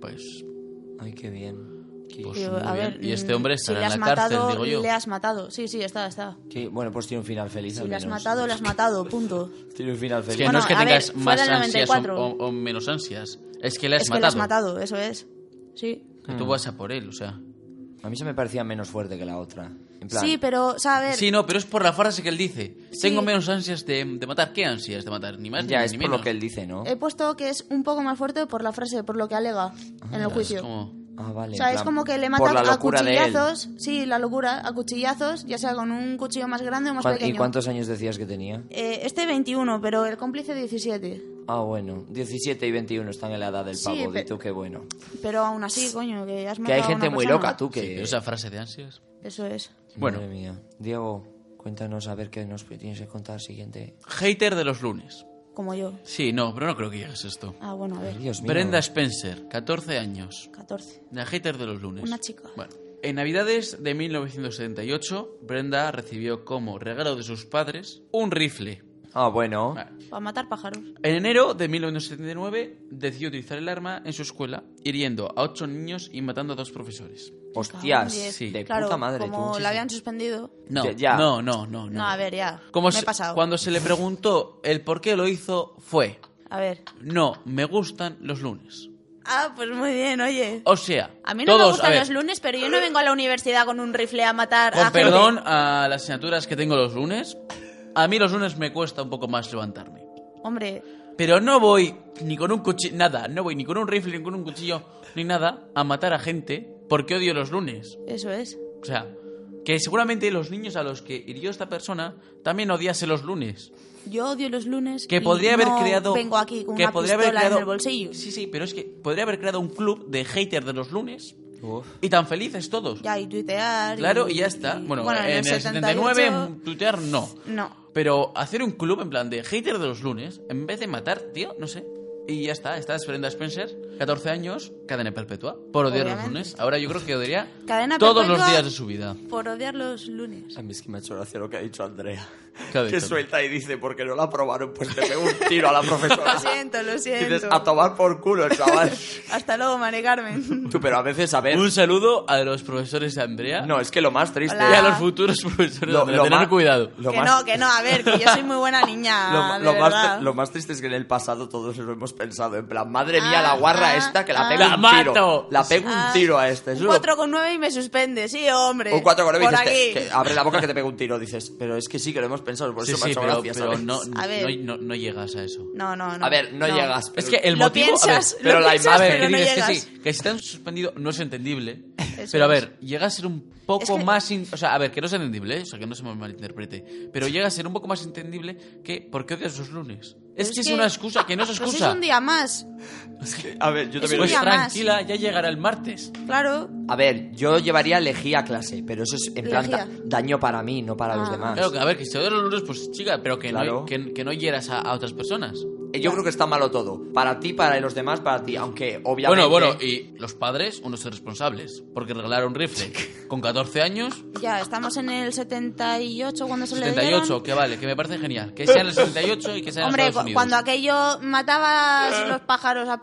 [SPEAKER 3] pues
[SPEAKER 1] Ay, qué bien. que-
[SPEAKER 3] Pues
[SPEAKER 2] Digo,
[SPEAKER 3] muy
[SPEAKER 2] a
[SPEAKER 3] bien.
[SPEAKER 2] ver,
[SPEAKER 3] y este
[SPEAKER 2] mm,
[SPEAKER 3] hombre estará
[SPEAKER 2] si le has
[SPEAKER 3] en la cárcel,
[SPEAKER 2] matado,
[SPEAKER 3] digo yo.
[SPEAKER 2] Le has matado. Sí, sí, está, está.
[SPEAKER 1] que- bueno, pues tiene un final feliz.
[SPEAKER 2] Si
[SPEAKER 1] al
[SPEAKER 2] le has
[SPEAKER 1] menos.
[SPEAKER 2] matado, le has matado, punto.
[SPEAKER 1] Tiene un final
[SPEAKER 3] Es
[SPEAKER 1] feliz.
[SPEAKER 3] que
[SPEAKER 2] Bueno,
[SPEAKER 3] no es que
[SPEAKER 2] a ver,
[SPEAKER 3] tengas
[SPEAKER 2] fue
[SPEAKER 3] más
[SPEAKER 2] del
[SPEAKER 3] ansias o,
[SPEAKER 2] 94.
[SPEAKER 3] o- o menos ansias. Es que le has
[SPEAKER 2] Es que le
[SPEAKER 3] matado.
[SPEAKER 2] has matado, eso es. Sí.
[SPEAKER 3] Que tú vas a por él, o sea.
[SPEAKER 1] A mí se me parecía menos fuerte que la otra. En plan,
[SPEAKER 2] Sí, pero, o sea, a ver,
[SPEAKER 3] Sí, no, pero es por la frase que él dice.
[SPEAKER 2] Sí.
[SPEAKER 3] Tengo menos ansias de, de matar. ¿Qué ansias de matar? Ni más
[SPEAKER 1] ya
[SPEAKER 3] ni,
[SPEAKER 1] es
[SPEAKER 3] ni
[SPEAKER 1] por
[SPEAKER 3] menos.
[SPEAKER 1] lo que él dice, ¿no?
[SPEAKER 2] he puesto que es un poco más fuerte por la frase, por lo que alega en el
[SPEAKER 3] O sea,
[SPEAKER 2] juicio.
[SPEAKER 3] Es como...
[SPEAKER 1] Ah, vale.
[SPEAKER 2] O
[SPEAKER 1] en
[SPEAKER 2] sea, es
[SPEAKER 1] plan,
[SPEAKER 2] como que le
[SPEAKER 1] por
[SPEAKER 2] matan
[SPEAKER 1] la
[SPEAKER 2] a
[SPEAKER 1] locura de él.
[SPEAKER 2] cuchillazos. Sí, la locura, a cuchillazos, ya sea con un cuchillo más grande o más
[SPEAKER 1] ¿Cuán-
[SPEAKER 2] pequeño.
[SPEAKER 1] ¿Y cuántos años decías que tenía?
[SPEAKER 2] Eh, este 21, pero el cómplice 17.
[SPEAKER 1] Ah, bueno. 17 y 21 están en la edad del
[SPEAKER 2] Sí,
[SPEAKER 1] pavo, di
[SPEAKER 2] pe-
[SPEAKER 1] tú, qué bueno.
[SPEAKER 2] Pero aún así, coño, que has matado
[SPEAKER 1] Que hay
[SPEAKER 2] a
[SPEAKER 1] gente
[SPEAKER 2] una
[SPEAKER 1] muy
[SPEAKER 2] persona.
[SPEAKER 1] loca, tú, que...
[SPEAKER 3] Sí, pero esa frase de ansias.
[SPEAKER 2] Eso es.
[SPEAKER 3] Bueno.
[SPEAKER 1] Madre mía. Diego, cuéntanos a ver qué nos tienes que contar siguiente.
[SPEAKER 3] Hater de los lunes.
[SPEAKER 2] Como yo.
[SPEAKER 3] Sí, no, pero no creo que llegues a esto.
[SPEAKER 2] Ah, bueno, a ver.
[SPEAKER 1] Dios mío.
[SPEAKER 3] Brenda Spencer, 14 años.
[SPEAKER 2] 14.
[SPEAKER 3] La hater de los lunes.
[SPEAKER 2] Una chica.
[SPEAKER 3] Bueno. En Navidades de 1978, Brenda recibió como regalo de sus padres un rifle.
[SPEAKER 1] Ah, bueno.
[SPEAKER 3] Vale.
[SPEAKER 2] Para matar pájaros.
[SPEAKER 3] En enero de 1979 decidió utilizar el arma en su escuela, hiriendo a ocho niños y matando a dos profesores.
[SPEAKER 1] Hostias,
[SPEAKER 2] Diez.
[SPEAKER 3] Sí.
[SPEAKER 1] de
[SPEAKER 2] Claro,
[SPEAKER 1] puta madre,
[SPEAKER 2] como
[SPEAKER 1] tú.
[SPEAKER 2] la habían suspendido.
[SPEAKER 3] No,
[SPEAKER 1] Ya- ya.
[SPEAKER 3] no, no, no, no.
[SPEAKER 2] No, a ver, ya.
[SPEAKER 3] Como
[SPEAKER 2] Me he
[SPEAKER 3] se-
[SPEAKER 2] pasado.
[SPEAKER 3] Cuando se le preguntó el por qué lo hizo, fue:
[SPEAKER 2] A ver.
[SPEAKER 3] No, me gustan los lunes.
[SPEAKER 2] Ah, pues muy bien, oye.
[SPEAKER 3] O sea,
[SPEAKER 2] A mí no
[SPEAKER 3] todos,
[SPEAKER 2] me
[SPEAKER 3] a
[SPEAKER 2] gustan
[SPEAKER 3] ver,
[SPEAKER 2] los lunes, pero yo no vengo a la universidad con un rifle a matar a
[SPEAKER 3] Con
[SPEAKER 2] Ah, gente.
[SPEAKER 3] perdón a las asignaturas que tengo los lunes, a mí los lunes me cuesta un poco más levantarme.
[SPEAKER 2] Hombre,
[SPEAKER 3] Pero no voy ni con un cuchillo, nada, no voy ni con un rifle, ni con un cuchillo, ni nada, a matar a gente porque odio los lunes.
[SPEAKER 2] eso es.
[SPEAKER 3] O sea, que seguramente los niños a los que hirió esta persona también odiase los lunes.
[SPEAKER 2] Yo odio los lunes.
[SPEAKER 3] Que
[SPEAKER 2] y
[SPEAKER 3] podría haber
[SPEAKER 2] no
[SPEAKER 3] creado.
[SPEAKER 2] Vengo aquí con
[SPEAKER 3] que
[SPEAKER 2] una
[SPEAKER 3] podría
[SPEAKER 2] pistola
[SPEAKER 3] haber creado-
[SPEAKER 2] en el bolsillo.
[SPEAKER 3] Sí, sí, pero es que podría haber creado un club de haters de los lunes
[SPEAKER 1] Uf.
[SPEAKER 3] y tan felices todos.
[SPEAKER 2] Ya, y tuitear.
[SPEAKER 3] Claro, y ya está. Bueno, en el 79 tuitear no.
[SPEAKER 2] No.
[SPEAKER 3] Pero hacer un club en plan de hater de los lunes, en vez de matar, tío, no sé. Y ya está, estás Brenda Spencer, 14 años, cadena perpetua, por odiar los
[SPEAKER 2] Obviamente.
[SPEAKER 3] lunes. Ahora yo creo que odiaría
[SPEAKER 2] Cadena
[SPEAKER 3] todos los
[SPEAKER 2] perpetua.
[SPEAKER 3] días de su vida.
[SPEAKER 2] Por odiar los lunes.
[SPEAKER 1] A mí es que me ha hecho gracia lo que ha dicho Andrea.
[SPEAKER 3] ¿Qué ha dicho?
[SPEAKER 1] Que suelta y dice, porque no la aprobaron, pues te pego un tiro a la profesora.
[SPEAKER 2] Lo siento, lo
[SPEAKER 1] Y dices,
[SPEAKER 2] siento.
[SPEAKER 3] "Ah,
[SPEAKER 1] a tomar por culo, el chaval.
[SPEAKER 2] Hasta luego, Mare Carmen.
[SPEAKER 1] Tú, pero a veces, a ver...
[SPEAKER 3] Un saludo a los profesores de Andrea
[SPEAKER 1] No, es que lo más triste...
[SPEAKER 3] y
[SPEAKER 2] Hola.
[SPEAKER 3] a los futuros profesores de
[SPEAKER 1] Lo-
[SPEAKER 3] Andrea.
[SPEAKER 1] lo
[SPEAKER 3] Tener
[SPEAKER 1] más-
[SPEAKER 3] cuidado.
[SPEAKER 1] Lo
[SPEAKER 2] que
[SPEAKER 1] más-
[SPEAKER 2] no, que no, a ver, que yo soy muy buena niña.
[SPEAKER 1] Lo,
[SPEAKER 2] de
[SPEAKER 1] lo
[SPEAKER 2] verdad.
[SPEAKER 1] más, lo más triste es que en el pasado todos lo hemos pensado. En plan, madre mía, la
[SPEAKER 2] Ah,
[SPEAKER 1] guarra
[SPEAKER 2] ah,
[SPEAKER 1] esta que la
[SPEAKER 2] ah.
[SPEAKER 1] pego
[SPEAKER 3] ¡La
[SPEAKER 1] un tiro.
[SPEAKER 3] mato!
[SPEAKER 1] La pego
[SPEAKER 2] Ah,
[SPEAKER 1] un tiro a este.
[SPEAKER 2] Un
[SPEAKER 1] eso es lo
[SPEAKER 2] 4 con 9 y me suspende, sí, hombre.
[SPEAKER 1] Un 4 con 9
[SPEAKER 2] Por
[SPEAKER 1] dices, te-
[SPEAKER 2] aquí.
[SPEAKER 1] que abre la boca que te pega un tiro, dices. Pero es que sí, que lo hemos pensado, por
[SPEAKER 3] Sí,
[SPEAKER 1] eso me ha
[SPEAKER 3] sí,
[SPEAKER 1] hecho
[SPEAKER 3] pero,
[SPEAKER 1] gracia,
[SPEAKER 3] pero
[SPEAKER 1] ¿sabes?
[SPEAKER 3] no,
[SPEAKER 2] A ver.
[SPEAKER 3] no, no- no llegas a eso.
[SPEAKER 2] No, no, no.
[SPEAKER 1] A ver, no, llegas.
[SPEAKER 3] Es
[SPEAKER 1] pero-
[SPEAKER 3] que el
[SPEAKER 2] Lo
[SPEAKER 3] motivo... a ver,
[SPEAKER 2] piensas,
[SPEAKER 1] pero
[SPEAKER 2] lo
[SPEAKER 1] la
[SPEAKER 2] piensas,
[SPEAKER 1] imagen-
[SPEAKER 3] A ver,
[SPEAKER 2] pero
[SPEAKER 3] que
[SPEAKER 2] no
[SPEAKER 3] digas
[SPEAKER 2] llegas.
[SPEAKER 3] que sí, que si están suspendidos no es entendible.
[SPEAKER 2] Eso
[SPEAKER 3] pero a
[SPEAKER 2] es.
[SPEAKER 3] ver, llega a ser un poco
[SPEAKER 2] Es que-
[SPEAKER 3] más. in- O sea, a ver, que no es entendible, ¿eh? o sea, que no se me malinterprete. Pero llega a ser un poco más entendible que ¿por qué odias los lunes? Es que es una excusa, que no es
[SPEAKER 2] Pues
[SPEAKER 3] excusa.
[SPEAKER 2] es un día más,
[SPEAKER 1] A ver, yo
[SPEAKER 2] Es
[SPEAKER 1] también.
[SPEAKER 2] un
[SPEAKER 3] pues
[SPEAKER 2] día más.
[SPEAKER 3] tranquila, ya llegará el martes.
[SPEAKER 2] claro.
[SPEAKER 1] A ver, yo llevaría lejía a clase, pero eso es en plan da-
[SPEAKER 2] Lejía.
[SPEAKER 1] daño para mí, no para los
[SPEAKER 2] Ah.
[SPEAKER 1] demás.
[SPEAKER 3] Claro, que a ver, que si odias los lunes, pues chica, pero que,
[SPEAKER 1] Claro.
[SPEAKER 3] no, que, que no hieras a, a otras personas.
[SPEAKER 1] Eh, Yo creo que está malo todo. Para ti, para los demás, para ti. Aunque, obviamente.
[SPEAKER 3] Bueno, bueno, y los padres, unos son responsables, porque regalaron un rifle con 14 años.
[SPEAKER 2] Ya, estamos en el 78 cuando se le dieron.
[SPEAKER 3] 78, que vale, que me parece genial. Que sea en el 78 y que sea en
[SPEAKER 2] Hombre,
[SPEAKER 3] Estados
[SPEAKER 2] cu-
[SPEAKER 3] Unidos.
[SPEAKER 2] cuando aquello
[SPEAKER 1] Eh.
[SPEAKER 2] matabas los pájaros a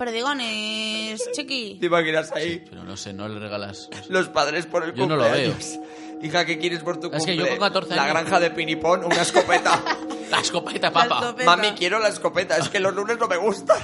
[SPEAKER 2] perdigones, chiqui.
[SPEAKER 1] ¿Te imaginas ahí
[SPEAKER 3] Pero no sé, no le regalas.
[SPEAKER 1] los padres por el
[SPEAKER 3] Yo no lo veo.
[SPEAKER 1] cumpleaños? Hija, ¿qué quieres por tu
[SPEAKER 3] Es que yo
[SPEAKER 1] cumple?
[SPEAKER 3] con 14
[SPEAKER 1] La
[SPEAKER 3] años-
[SPEAKER 1] granja de pinipón, una escopeta.
[SPEAKER 3] La escopeta, papa.
[SPEAKER 2] escopeta.
[SPEAKER 1] Mami, quiero la escopeta. Es que los lunes no me gustan.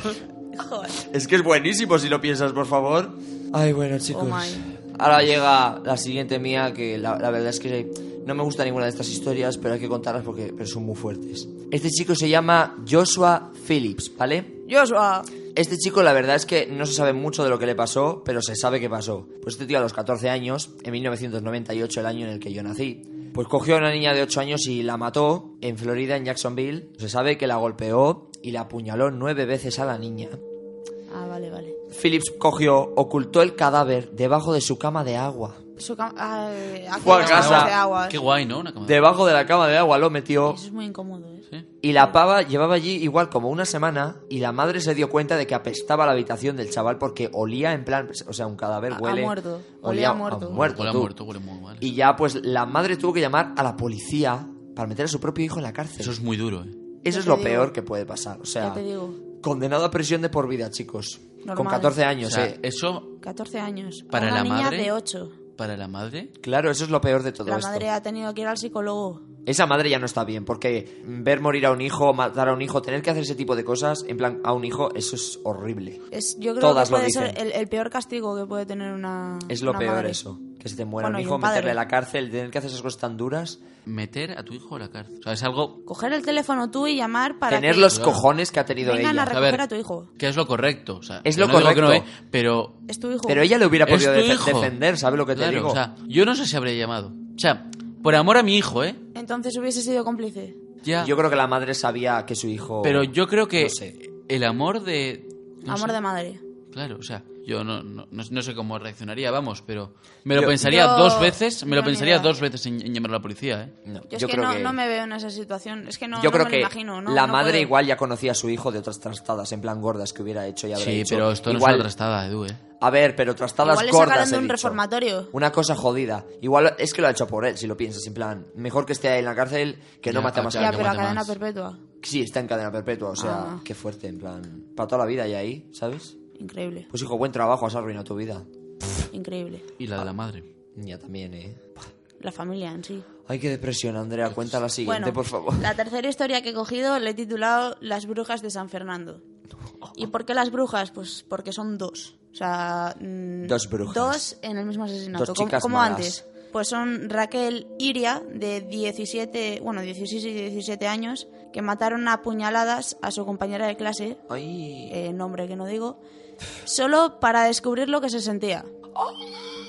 [SPEAKER 2] Joder.
[SPEAKER 1] Es que es buenísimo si lo piensas, por favor. Ay, bueno, chicos.
[SPEAKER 2] Oh, my.
[SPEAKER 1] Ahora llega la siguiente mía, que la, la verdad es que no me gusta ninguna de estas historias, pero hay que contarlas porque pero son muy fuertes. Este chico se llama Joshua Phillips, ¿vale?
[SPEAKER 2] Joshua.
[SPEAKER 1] Este chico, la verdad es que no se sabe mucho de lo que le pasó, pero se sabe que pasó. Pues este tío a los 14 años, en 1998, el año en el que yo nací, pues cogió a una niña de 8 años y la mató en Florida, en Jacksonville. Se sabe que la golpeó y la apuñaló nueve veces a la niña.
[SPEAKER 2] Ah, vale, vale.
[SPEAKER 1] Phillips cogió, ocultó el cadáver debajo de su cama de agua.
[SPEAKER 2] Su cam- ah, eh, ay, aquí
[SPEAKER 1] Fue a
[SPEAKER 2] las
[SPEAKER 1] casa.
[SPEAKER 2] camas de agua.
[SPEAKER 3] Qué guay, ¿no? Una cama.
[SPEAKER 1] Debajo de la cama de agua lo metió.
[SPEAKER 2] Eso es muy incómodo, ¿eh?
[SPEAKER 3] Sí.
[SPEAKER 1] Y la pava llevaba allí igual como una semana y la madre se dio cuenta de que apestaba la habitación del chaval porque olía en plan, o sea, un cadáver
[SPEAKER 2] A- a
[SPEAKER 1] huele
[SPEAKER 2] muerto. Olía a muerto.
[SPEAKER 3] Huele a
[SPEAKER 1] tú.
[SPEAKER 3] muerto, huele muy mal.
[SPEAKER 1] Y ya pues la madre tuvo que llamar a la policía para meter a su propio hijo en la cárcel.
[SPEAKER 3] Eso es muy duro, ¿eh?
[SPEAKER 1] Eso
[SPEAKER 2] Ya
[SPEAKER 1] es
[SPEAKER 2] te
[SPEAKER 1] lo
[SPEAKER 2] digo.
[SPEAKER 1] peor que puede pasar, o sea,
[SPEAKER 2] Ya te digo.
[SPEAKER 1] Condenado a prisión de por vida, chicos. Con
[SPEAKER 2] Normal.
[SPEAKER 1] 14 años,
[SPEAKER 3] O sea,
[SPEAKER 1] eh.
[SPEAKER 3] eso
[SPEAKER 2] 14 años. A
[SPEAKER 3] Para
[SPEAKER 2] una
[SPEAKER 3] la
[SPEAKER 2] niña
[SPEAKER 3] madre.
[SPEAKER 2] de 8.
[SPEAKER 3] para la madre.
[SPEAKER 1] Claro, eso es lo peor de todo
[SPEAKER 2] La
[SPEAKER 1] esto.
[SPEAKER 2] madre ha tenido que ir al psicólogo.
[SPEAKER 1] Esa madre ya no está bien, porque ver morir a un hijo, matar a un hijo, tener que hacer ese tipo de cosas, en plan, a un hijo, eso es horrible.
[SPEAKER 2] Es, yo creo
[SPEAKER 1] Todas
[SPEAKER 2] que
[SPEAKER 1] lo
[SPEAKER 2] puede ser
[SPEAKER 1] dicen.
[SPEAKER 2] el, el peor castigo que puede tener una.
[SPEAKER 1] Es lo
[SPEAKER 2] una
[SPEAKER 1] peor
[SPEAKER 2] madre.
[SPEAKER 1] eso. Que se te muera
[SPEAKER 2] Bueno,
[SPEAKER 1] un
[SPEAKER 2] y
[SPEAKER 1] hijo,
[SPEAKER 2] un padre.
[SPEAKER 1] meterle a la cárcel, tener que hacer esas cosas tan duras.
[SPEAKER 3] Meter a tu hijo a la cárcel. O sea, es algo
[SPEAKER 2] Coger el teléfono tú y llamar para.
[SPEAKER 1] tener
[SPEAKER 2] que
[SPEAKER 1] los
[SPEAKER 3] Claro.
[SPEAKER 1] cojones que ha tenido
[SPEAKER 2] Vengan
[SPEAKER 1] ella.
[SPEAKER 2] a recoger a, tu hijo.
[SPEAKER 3] que es lo correcto. O sea,
[SPEAKER 1] Es
[SPEAKER 3] que
[SPEAKER 1] lo
[SPEAKER 3] no digo que no,
[SPEAKER 1] correcto.
[SPEAKER 3] ¿eh? pero
[SPEAKER 2] Es tu hijo.
[SPEAKER 1] Pero ella le hubiera
[SPEAKER 3] Es
[SPEAKER 1] podido
[SPEAKER 3] tu
[SPEAKER 1] defe-
[SPEAKER 3] hijo.
[SPEAKER 1] defender, ¿sabes lo que te
[SPEAKER 3] Claro,
[SPEAKER 1] digo?
[SPEAKER 3] o sea, yo no sé si habré llamado. O sea, por amor a mi hijo, ¿eh?
[SPEAKER 2] Entonces hubiese sido cómplice.
[SPEAKER 3] Ya.
[SPEAKER 1] Yo creo que la madre sabía que su hijo...
[SPEAKER 3] pero yo creo que
[SPEAKER 1] no sé.
[SPEAKER 3] el amor de. no
[SPEAKER 2] Amor
[SPEAKER 3] sé,
[SPEAKER 2] de madre.
[SPEAKER 3] Claro, o sea, yo no, no, no- no sé cómo reaccionaría, vamos, pero me lo
[SPEAKER 1] Yo-
[SPEAKER 3] pensaría
[SPEAKER 2] Yo-
[SPEAKER 3] dos veces, me lo
[SPEAKER 2] no, ni
[SPEAKER 3] pensaría
[SPEAKER 2] idea.
[SPEAKER 3] dos veces en, en llamar a la policía, ¿eh?
[SPEAKER 1] No,
[SPEAKER 2] Yo, es que no, no me veo en esa situación. Es que no,
[SPEAKER 1] yo
[SPEAKER 2] no
[SPEAKER 1] creo
[SPEAKER 2] me
[SPEAKER 1] que
[SPEAKER 2] lo imagino. No,
[SPEAKER 1] la
[SPEAKER 2] no
[SPEAKER 1] madre
[SPEAKER 2] puedo.
[SPEAKER 1] igual ya conocía a su hijo de otras trastadas, en plan gordas que hubiera hecho y habrá
[SPEAKER 3] Sí,
[SPEAKER 1] hecho.
[SPEAKER 3] pero esto no
[SPEAKER 1] Igual-
[SPEAKER 3] es una trastada, Edu, ¿eh?
[SPEAKER 1] A ver, pero trastadas
[SPEAKER 2] Igual le
[SPEAKER 1] gordas.
[SPEAKER 2] sacaron
[SPEAKER 1] he
[SPEAKER 2] de un
[SPEAKER 1] dicho.
[SPEAKER 2] reformatorio.
[SPEAKER 1] Una cosa jodida. Igual es que lo ha hecho por él, si lo piensas. En plan, mejor que esté ahí en la cárcel que no
[SPEAKER 3] Ya,
[SPEAKER 1] mate a más
[SPEAKER 3] claro.
[SPEAKER 2] Ya,
[SPEAKER 3] que
[SPEAKER 1] gente.
[SPEAKER 2] pero a
[SPEAKER 3] aguante
[SPEAKER 2] cadena
[SPEAKER 3] más.
[SPEAKER 2] perpetua.
[SPEAKER 1] Sí, está en cadena perpetua, o sea,
[SPEAKER 2] Ah.
[SPEAKER 1] qué fuerte, en plan. Para toda la vida y ahí, ¿sabes?
[SPEAKER 2] Increíble,
[SPEAKER 1] Pues hijo, buen trabajo, has arruinado tu vida.
[SPEAKER 2] increíble.
[SPEAKER 3] Y la de la madre.
[SPEAKER 1] Ya también, eh.
[SPEAKER 2] La familia en sí.
[SPEAKER 1] Ay, qué depresión, Andrea. Cuenta la siguiente,
[SPEAKER 2] Bueno,
[SPEAKER 1] por favor.
[SPEAKER 2] la tercera historia que he cogido la he titulado Las brujas de San Fernando. ¿Y por qué las brujas? Pues porque son dos. O sea, mm,
[SPEAKER 1] Dos brujas.
[SPEAKER 2] Dos en el mismo asesinato.
[SPEAKER 1] Dos
[SPEAKER 2] como-
[SPEAKER 1] chicas
[SPEAKER 2] como
[SPEAKER 1] malas.
[SPEAKER 2] antes. Pues son Raquel Iria, de 17, bueno, 16 y 17 años, que mataron a puñaladas a su compañera de clase,
[SPEAKER 1] Ay.
[SPEAKER 2] eh, nombre que no digo, solo para descubrir lo que se sentía.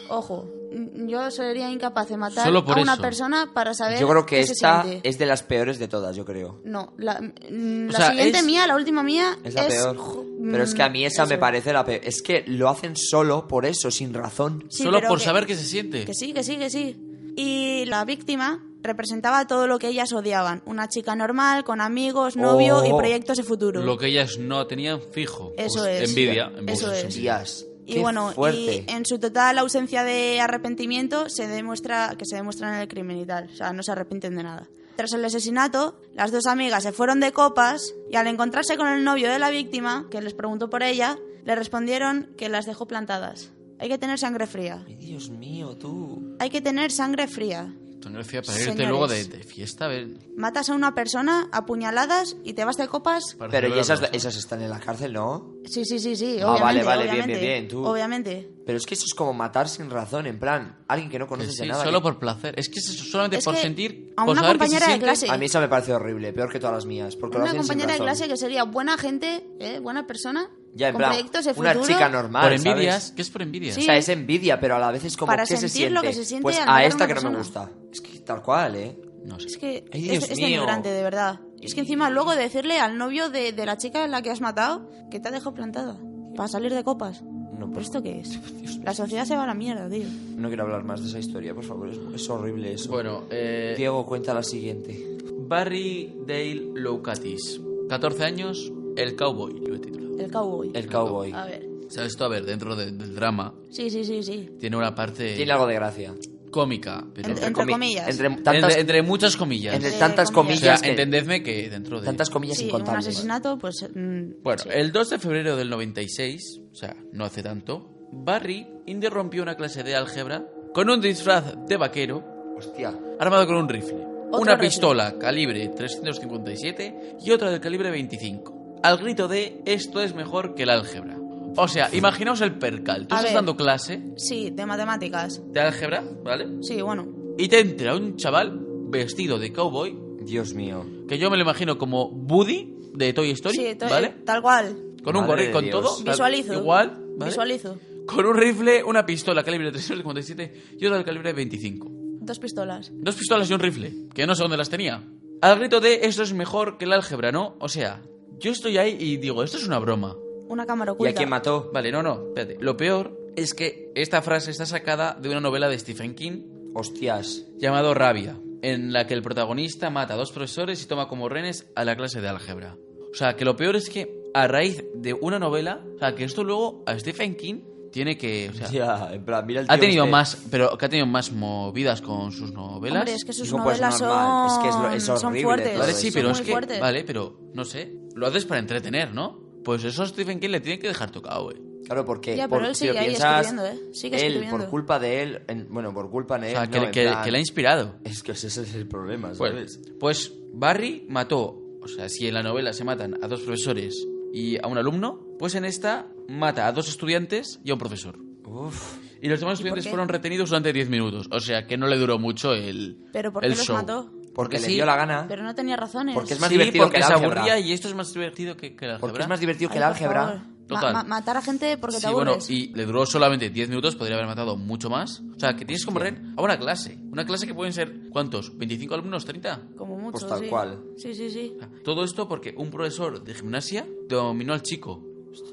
[SPEAKER 2] Ojo, n- yo sería incapaz de matar
[SPEAKER 3] Solo por
[SPEAKER 2] a una
[SPEAKER 3] eso.
[SPEAKER 2] persona para saber
[SPEAKER 1] Yo creo que
[SPEAKER 2] qué se
[SPEAKER 1] esta
[SPEAKER 2] siente.
[SPEAKER 1] es de las peores de todas, yo creo.
[SPEAKER 2] No, la, mm,
[SPEAKER 3] O
[SPEAKER 2] la
[SPEAKER 3] sea,
[SPEAKER 2] siguiente
[SPEAKER 3] es-
[SPEAKER 2] mía, la última mía
[SPEAKER 1] Es la peor.
[SPEAKER 2] jo-
[SPEAKER 1] Pero es que a
[SPEAKER 2] mm,
[SPEAKER 1] mí esa me
[SPEAKER 2] eso.
[SPEAKER 1] parece la peor. Es que lo hacen solo por eso, sin razón.
[SPEAKER 2] Sí,
[SPEAKER 3] Solo
[SPEAKER 2] pero
[SPEAKER 3] por
[SPEAKER 2] que-
[SPEAKER 3] saber qué se siente.
[SPEAKER 2] Que sí, que sí, que sí. Y la víctima representaba todo lo que ellas odiaban. Una chica normal, con amigos, novio y
[SPEAKER 1] Oh.
[SPEAKER 2] proyectos de futuro.
[SPEAKER 3] Lo que ellas no tenían fijo.
[SPEAKER 2] Eso
[SPEAKER 3] Pues,
[SPEAKER 2] es.
[SPEAKER 3] Envidia. envidia.
[SPEAKER 2] Eso es.
[SPEAKER 1] Hostias,
[SPEAKER 2] Y
[SPEAKER 1] qué
[SPEAKER 2] bueno,
[SPEAKER 1] fuerte.
[SPEAKER 2] y en su total ausencia de arrepentimiento se demuestra que se demuestra en el crimen y tal, o sea, no se arrepienten de nada. Tras el asesinato, las dos amigas se fueron de copas y al encontrarse con el novio de la víctima, que les preguntó por ella, le respondieron que las dejó plantadas. Hay que tener sangre fría.
[SPEAKER 1] Ay, Dios mío, tú.
[SPEAKER 2] Hay que tener sangre fría.
[SPEAKER 3] Tú no decías para irte
[SPEAKER 2] Señores.
[SPEAKER 3] luego de, de fiesta, a ver.
[SPEAKER 2] Matas a una persona a puñaladas y te vas de copas.
[SPEAKER 3] para
[SPEAKER 1] Pero y
[SPEAKER 3] celebrar
[SPEAKER 1] esas,
[SPEAKER 3] algo.
[SPEAKER 1] esas están en la cárcel, ¿no?
[SPEAKER 2] Sí, sí, sí, sí.
[SPEAKER 1] Ah, vale,
[SPEAKER 2] obviamente,
[SPEAKER 1] vale, bien,
[SPEAKER 2] obviamente,
[SPEAKER 1] bien, bien, tú.
[SPEAKER 2] Obviamente.
[SPEAKER 1] Pero es que eso es como matar sin razón, en plan, alguien que no conoces
[SPEAKER 3] Sí,
[SPEAKER 1] de nada.
[SPEAKER 3] solo
[SPEAKER 1] que-
[SPEAKER 3] por placer. Es que es eso, solamente
[SPEAKER 2] Es
[SPEAKER 3] por
[SPEAKER 2] que
[SPEAKER 3] sentir.
[SPEAKER 2] a
[SPEAKER 3] por
[SPEAKER 2] una
[SPEAKER 3] saber qué se
[SPEAKER 2] compañera de
[SPEAKER 3] siente.
[SPEAKER 2] clase-
[SPEAKER 1] A mí esa me parece horrible, peor que todas las mías. Porque lo
[SPEAKER 2] una
[SPEAKER 1] hacen sin
[SPEAKER 2] compañera de
[SPEAKER 1] razón.
[SPEAKER 2] clase que sería buena gente, ¿eh? buena persona,
[SPEAKER 1] Ya, en
[SPEAKER 2] con
[SPEAKER 1] plan,
[SPEAKER 2] proyectos de futuro.
[SPEAKER 1] una chica normal.
[SPEAKER 3] Por
[SPEAKER 1] ¿sabes?
[SPEAKER 3] envidias. ¿Qué es por envidias?
[SPEAKER 1] O
[SPEAKER 2] Sí.
[SPEAKER 1] sea, es envidia, pero a la vez es como
[SPEAKER 2] Para
[SPEAKER 1] ¿qué se
[SPEAKER 2] sentir
[SPEAKER 1] siente?
[SPEAKER 2] lo que se siente
[SPEAKER 1] pues
[SPEAKER 2] al
[SPEAKER 1] a
[SPEAKER 2] matar a
[SPEAKER 1] esta
[SPEAKER 2] una
[SPEAKER 1] que no me
[SPEAKER 2] persona.
[SPEAKER 1] gusta. Es que tal cual, ¿eh?
[SPEAKER 3] No sé.
[SPEAKER 2] Es que
[SPEAKER 1] Ay,
[SPEAKER 2] es-
[SPEAKER 1] Dios
[SPEAKER 2] es,
[SPEAKER 1] mío.
[SPEAKER 2] denigrante, de verdad. Es que encima luego decirle al novio de, de la chica a la que has matado que te ha dejado plantada para salir de copas.
[SPEAKER 1] No,
[SPEAKER 2] ¿Pero
[SPEAKER 1] pues,
[SPEAKER 2] esto qué es? La sociedad se va a la mierda, tío.
[SPEAKER 1] no quiero hablar más de esa historia, por favor. Es, es horrible eso.
[SPEAKER 3] Bueno, eh,
[SPEAKER 1] Diego, cuenta la siguiente.
[SPEAKER 3] Barry Dale Loukatis. 14 años, el cowboy, lo he titulado.
[SPEAKER 2] El cowboy.
[SPEAKER 1] El cowboy.
[SPEAKER 3] eh,
[SPEAKER 2] A ver.
[SPEAKER 3] ¿Sabes esto? A ver, dentro de- del drama
[SPEAKER 2] Sí, sí, sí, sí.
[SPEAKER 3] tiene una parte
[SPEAKER 1] Tiene algo de gracia.
[SPEAKER 3] cómica, pero
[SPEAKER 2] Entre-
[SPEAKER 3] entre,
[SPEAKER 1] comi-
[SPEAKER 2] comillas.
[SPEAKER 1] Entre tantas,
[SPEAKER 3] entre- entre muchas comillas.
[SPEAKER 1] entre
[SPEAKER 2] Eh,
[SPEAKER 1] tantas
[SPEAKER 3] o
[SPEAKER 2] comillas.
[SPEAKER 3] sea,
[SPEAKER 1] comillas. que-
[SPEAKER 3] entendedme que dentro de...
[SPEAKER 1] tantas comillas
[SPEAKER 2] Sí, un
[SPEAKER 1] incontables.
[SPEAKER 2] asesinato, pues... mm,
[SPEAKER 3] Bueno,
[SPEAKER 2] sí.
[SPEAKER 3] el 2 de febrero del 96, o sea, no hace tanto, Barry interrumpió una clase de álgebra con un disfraz de vaquero
[SPEAKER 1] Hostia.
[SPEAKER 3] armado con un rifle,
[SPEAKER 2] Otro
[SPEAKER 3] una
[SPEAKER 2] rifle.
[SPEAKER 3] pistola calibre 357 y otra del calibre 25, al grito de esto es mejor que el álgebra. O sea, imaginaos el percal. Tú
[SPEAKER 2] A
[SPEAKER 3] estás
[SPEAKER 2] ver.
[SPEAKER 3] dando clase
[SPEAKER 2] Sí, de matemáticas.
[SPEAKER 3] de álgebra, ¿vale?
[SPEAKER 2] Sí, bueno.
[SPEAKER 3] Y te entra un chaval vestido de cowboy,
[SPEAKER 1] Dios mío.
[SPEAKER 3] que yo me lo imagino como Woody de Toy Story,
[SPEAKER 2] Sí, to-
[SPEAKER 3] ¿vale?
[SPEAKER 2] tal cual.
[SPEAKER 3] Con un
[SPEAKER 1] Madre
[SPEAKER 3] gorrito,
[SPEAKER 1] de
[SPEAKER 3] con
[SPEAKER 1] Dios.
[SPEAKER 3] todo. tal-
[SPEAKER 2] Visualizo.
[SPEAKER 3] Igual, ¿vale?
[SPEAKER 2] Visualizo.
[SPEAKER 3] Con un rifle, una pistola calibre 357 y otra del calibre 25.
[SPEAKER 2] Dos pistolas.
[SPEAKER 3] Dos pistolas y un rifle, que no sé dónde las tenía. Al grito de esto es mejor que el álgebra, ¿no? O sea, yo estoy ahí y digo, esto es una broma.
[SPEAKER 2] Una cámara
[SPEAKER 1] ¿Y
[SPEAKER 2] oculta.
[SPEAKER 1] a quién mató?
[SPEAKER 3] Vale, no, no, espérate. Lo peor es que esta frase está sacada de una novela de Stephen King
[SPEAKER 1] Hostias.
[SPEAKER 3] llamado Rabia, en la que el protagonista mata a dos profesores y toma como rehenes a la clase de álgebra. O sea, que lo peor es que a raíz de una novela, o sea, que esto luego a Stephen King tiene que, o sea,
[SPEAKER 1] Ya, en plan, mira el
[SPEAKER 3] ha
[SPEAKER 1] tío
[SPEAKER 3] tenido
[SPEAKER 1] este.
[SPEAKER 3] más, pero que ha tenido más movidas con sus novelas.
[SPEAKER 2] Hombre, es que sus
[SPEAKER 1] Digo, pues,
[SPEAKER 2] novelas
[SPEAKER 1] normal.
[SPEAKER 2] son,
[SPEAKER 1] Es que es lo- es
[SPEAKER 2] son
[SPEAKER 1] horrible
[SPEAKER 2] fuertes.
[SPEAKER 1] todo
[SPEAKER 3] Vale, sí,
[SPEAKER 1] eso.
[SPEAKER 3] pero
[SPEAKER 2] son
[SPEAKER 3] es
[SPEAKER 2] muy
[SPEAKER 3] que.
[SPEAKER 2] fuertes.
[SPEAKER 3] Vale, pero no sé. Lo haces para entretener, ¿no? Pues eso a Stephen King le tiene que dejar tocado, eh.
[SPEAKER 1] Claro, porque
[SPEAKER 2] Ya, pero
[SPEAKER 1] por,
[SPEAKER 2] él
[SPEAKER 1] si lo
[SPEAKER 2] sigue ahí
[SPEAKER 1] piensas,
[SPEAKER 2] escribiendo, ¿eh? Sigue
[SPEAKER 1] él,
[SPEAKER 2] escribiendo.
[SPEAKER 1] por culpa de él, en- bueno, por culpa de
[SPEAKER 3] O
[SPEAKER 1] él,
[SPEAKER 3] sea, que,
[SPEAKER 1] Eh, no, en
[SPEAKER 3] que-
[SPEAKER 1] plan-
[SPEAKER 3] que le ha inspirado.
[SPEAKER 1] Es que ese es el problema,
[SPEAKER 3] Pues,
[SPEAKER 1] ¿sabes?
[SPEAKER 3] pues Barry mató. O sea, si en la novela se matan a dos profesores y a un alumno, pues en esta mata a dos estudiantes y a un profesor.
[SPEAKER 1] Uf.
[SPEAKER 3] Y los demás estudiantes
[SPEAKER 2] qué?
[SPEAKER 3] fueron retenidos durante 10 minutos. O sea, que no le duró mucho el.
[SPEAKER 2] Pero ¿por qué
[SPEAKER 3] el
[SPEAKER 2] los
[SPEAKER 3] show.
[SPEAKER 2] mató?
[SPEAKER 1] Porque
[SPEAKER 3] Porque
[SPEAKER 1] le
[SPEAKER 3] sí,
[SPEAKER 1] dio la gana.
[SPEAKER 2] Pero no tenía razones.
[SPEAKER 1] Porque es más
[SPEAKER 3] Sí,
[SPEAKER 1] divertido
[SPEAKER 3] porque
[SPEAKER 1] que el
[SPEAKER 3] se
[SPEAKER 1] álgebra.
[SPEAKER 3] aburría y esto es más divertido que, que la
[SPEAKER 1] Porque es
[SPEAKER 3] álgebra.
[SPEAKER 1] más divertido que
[SPEAKER 2] Ay,
[SPEAKER 1] el
[SPEAKER 2] por
[SPEAKER 1] álgebra.
[SPEAKER 2] favor. Ma-
[SPEAKER 3] Total.
[SPEAKER 2] ma- matar a gente porque te
[SPEAKER 3] Sí, bueno,
[SPEAKER 2] aburres.
[SPEAKER 3] y le duró solamente 10 minutos, podría haber matado mucho más. O sea, que tienes que
[SPEAKER 1] Hostia.
[SPEAKER 3] morrer a una clase. Una clase que pueden ser, ¿cuántos? ¿25 alumnos? ¿30?
[SPEAKER 2] Como mucho,
[SPEAKER 1] Pues tal
[SPEAKER 2] sí.
[SPEAKER 1] cual.
[SPEAKER 2] Sí, sí, sí.
[SPEAKER 3] O sea, Todo esto porque un profesor de gimnasia dominó al chico.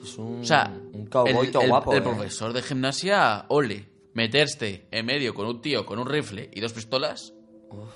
[SPEAKER 1] Es un,
[SPEAKER 3] O sea,
[SPEAKER 1] Mm, un cowboy
[SPEAKER 3] el-
[SPEAKER 1] todo
[SPEAKER 3] el-
[SPEAKER 1] guapo.
[SPEAKER 3] El,
[SPEAKER 1] eh.
[SPEAKER 3] profesor de gimnasia, ole. Meterse en medio con un tío con un rifle y dos pistolas.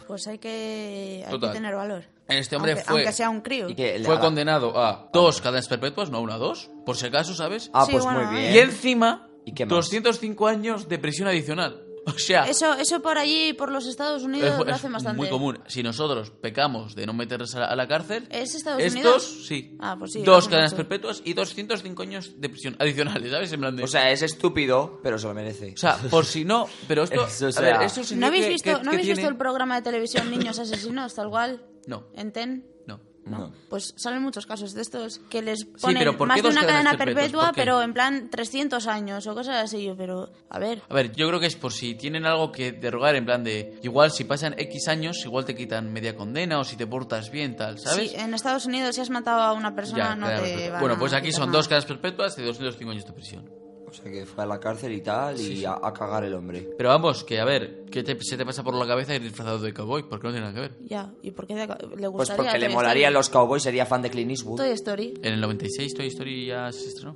[SPEAKER 2] Pues hay que, hay que
[SPEAKER 3] Total.
[SPEAKER 2] tener valor.
[SPEAKER 3] Este hombre
[SPEAKER 2] aunque,
[SPEAKER 3] fue.
[SPEAKER 2] aunque sea un crío.
[SPEAKER 1] Y que le-
[SPEAKER 3] Fue
[SPEAKER 1] a la-
[SPEAKER 3] condenado a dos cadenas perpetuas, no a una, a dos. Por si acaso, ¿sabes?
[SPEAKER 1] Ah,
[SPEAKER 2] Sí,
[SPEAKER 1] pues
[SPEAKER 2] bueno,
[SPEAKER 1] muy
[SPEAKER 2] eh.
[SPEAKER 1] bien.
[SPEAKER 3] Y encima,
[SPEAKER 1] ¿Y qué más?
[SPEAKER 3] 205 años de prisión adicional. O sea,
[SPEAKER 2] Eso, eso por allí, por los Estados Unidos,
[SPEAKER 3] es,
[SPEAKER 2] lo
[SPEAKER 3] es
[SPEAKER 2] hacen bastante.
[SPEAKER 3] muy común. Si nosotros pecamos de no meternos a la, a la cárcel,
[SPEAKER 2] ¿Es Estados
[SPEAKER 3] estos,
[SPEAKER 2] Unidos?
[SPEAKER 3] sí.
[SPEAKER 2] Ah, pues sí, lo
[SPEAKER 3] dos
[SPEAKER 2] hacen
[SPEAKER 3] cadenas
[SPEAKER 2] mucho.
[SPEAKER 3] perpetuas y 205 años de prisión adicionales, ¿sabes? En plan de-
[SPEAKER 1] O sea, es estúpido, pero se lo merece.
[SPEAKER 3] o sea, por si no, pero esto,
[SPEAKER 1] Eso, o
[SPEAKER 3] a
[SPEAKER 1] sea,
[SPEAKER 3] ver, esto
[SPEAKER 2] ¿No
[SPEAKER 3] señor
[SPEAKER 2] habéis,
[SPEAKER 3] que-
[SPEAKER 2] visto,
[SPEAKER 3] que-
[SPEAKER 2] ¿no
[SPEAKER 3] que
[SPEAKER 2] habéis visto
[SPEAKER 3] tiene-
[SPEAKER 2] el programa de televisión Niños Asesinos, tal cual?
[SPEAKER 3] No,
[SPEAKER 2] ¿En TEN?
[SPEAKER 3] no.
[SPEAKER 1] no.
[SPEAKER 2] Pues salen muchos casos de estos que les ponen
[SPEAKER 3] pero ¿por
[SPEAKER 2] más
[SPEAKER 3] qué
[SPEAKER 2] de
[SPEAKER 3] dos
[SPEAKER 2] una
[SPEAKER 3] cadenas
[SPEAKER 2] cadena
[SPEAKER 3] perpetuas?
[SPEAKER 2] perpetua,
[SPEAKER 3] ¿Por qué?
[SPEAKER 2] pero en plan 300 años o cosas así. Yo, pero, a ver,
[SPEAKER 3] A ver, yo creo que es por si tienen algo que derogar, en plan de, igual si pasan X años, igual te quitan media condena o si te portas bien, tal, ¿sabes?
[SPEAKER 2] si en Estados Unidos si has matado a una persona,
[SPEAKER 3] Ya,
[SPEAKER 2] no
[SPEAKER 3] claro,
[SPEAKER 2] te
[SPEAKER 3] perfecto.
[SPEAKER 2] van
[SPEAKER 3] Bueno,
[SPEAKER 2] a
[SPEAKER 3] pues aquí
[SPEAKER 2] quitar
[SPEAKER 3] son
[SPEAKER 2] nada.
[SPEAKER 3] dos cadenas perpetuas y 205 años de prisión.
[SPEAKER 1] O sea, que fue a la cárcel y tal, y A, a cagar el hombre.
[SPEAKER 3] Pero vamos, que a ver, ¿qué te- se te pasa por la cabeza ir disfrazado de cowboy? Porque no tiene nada que ver.
[SPEAKER 2] Ya, ¿y por qué le gustaría?
[SPEAKER 1] Pues porque
[SPEAKER 2] Toy
[SPEAKER 1] le
[SPEAKER 2] Story?
[SPEAKER 1] molaría a los cowboys, sería fan de Clint Eastwood.
[SPEAKER 2] Toy Story.
[SPEAKER 3] En el 96 Toy Story ya se estrenó.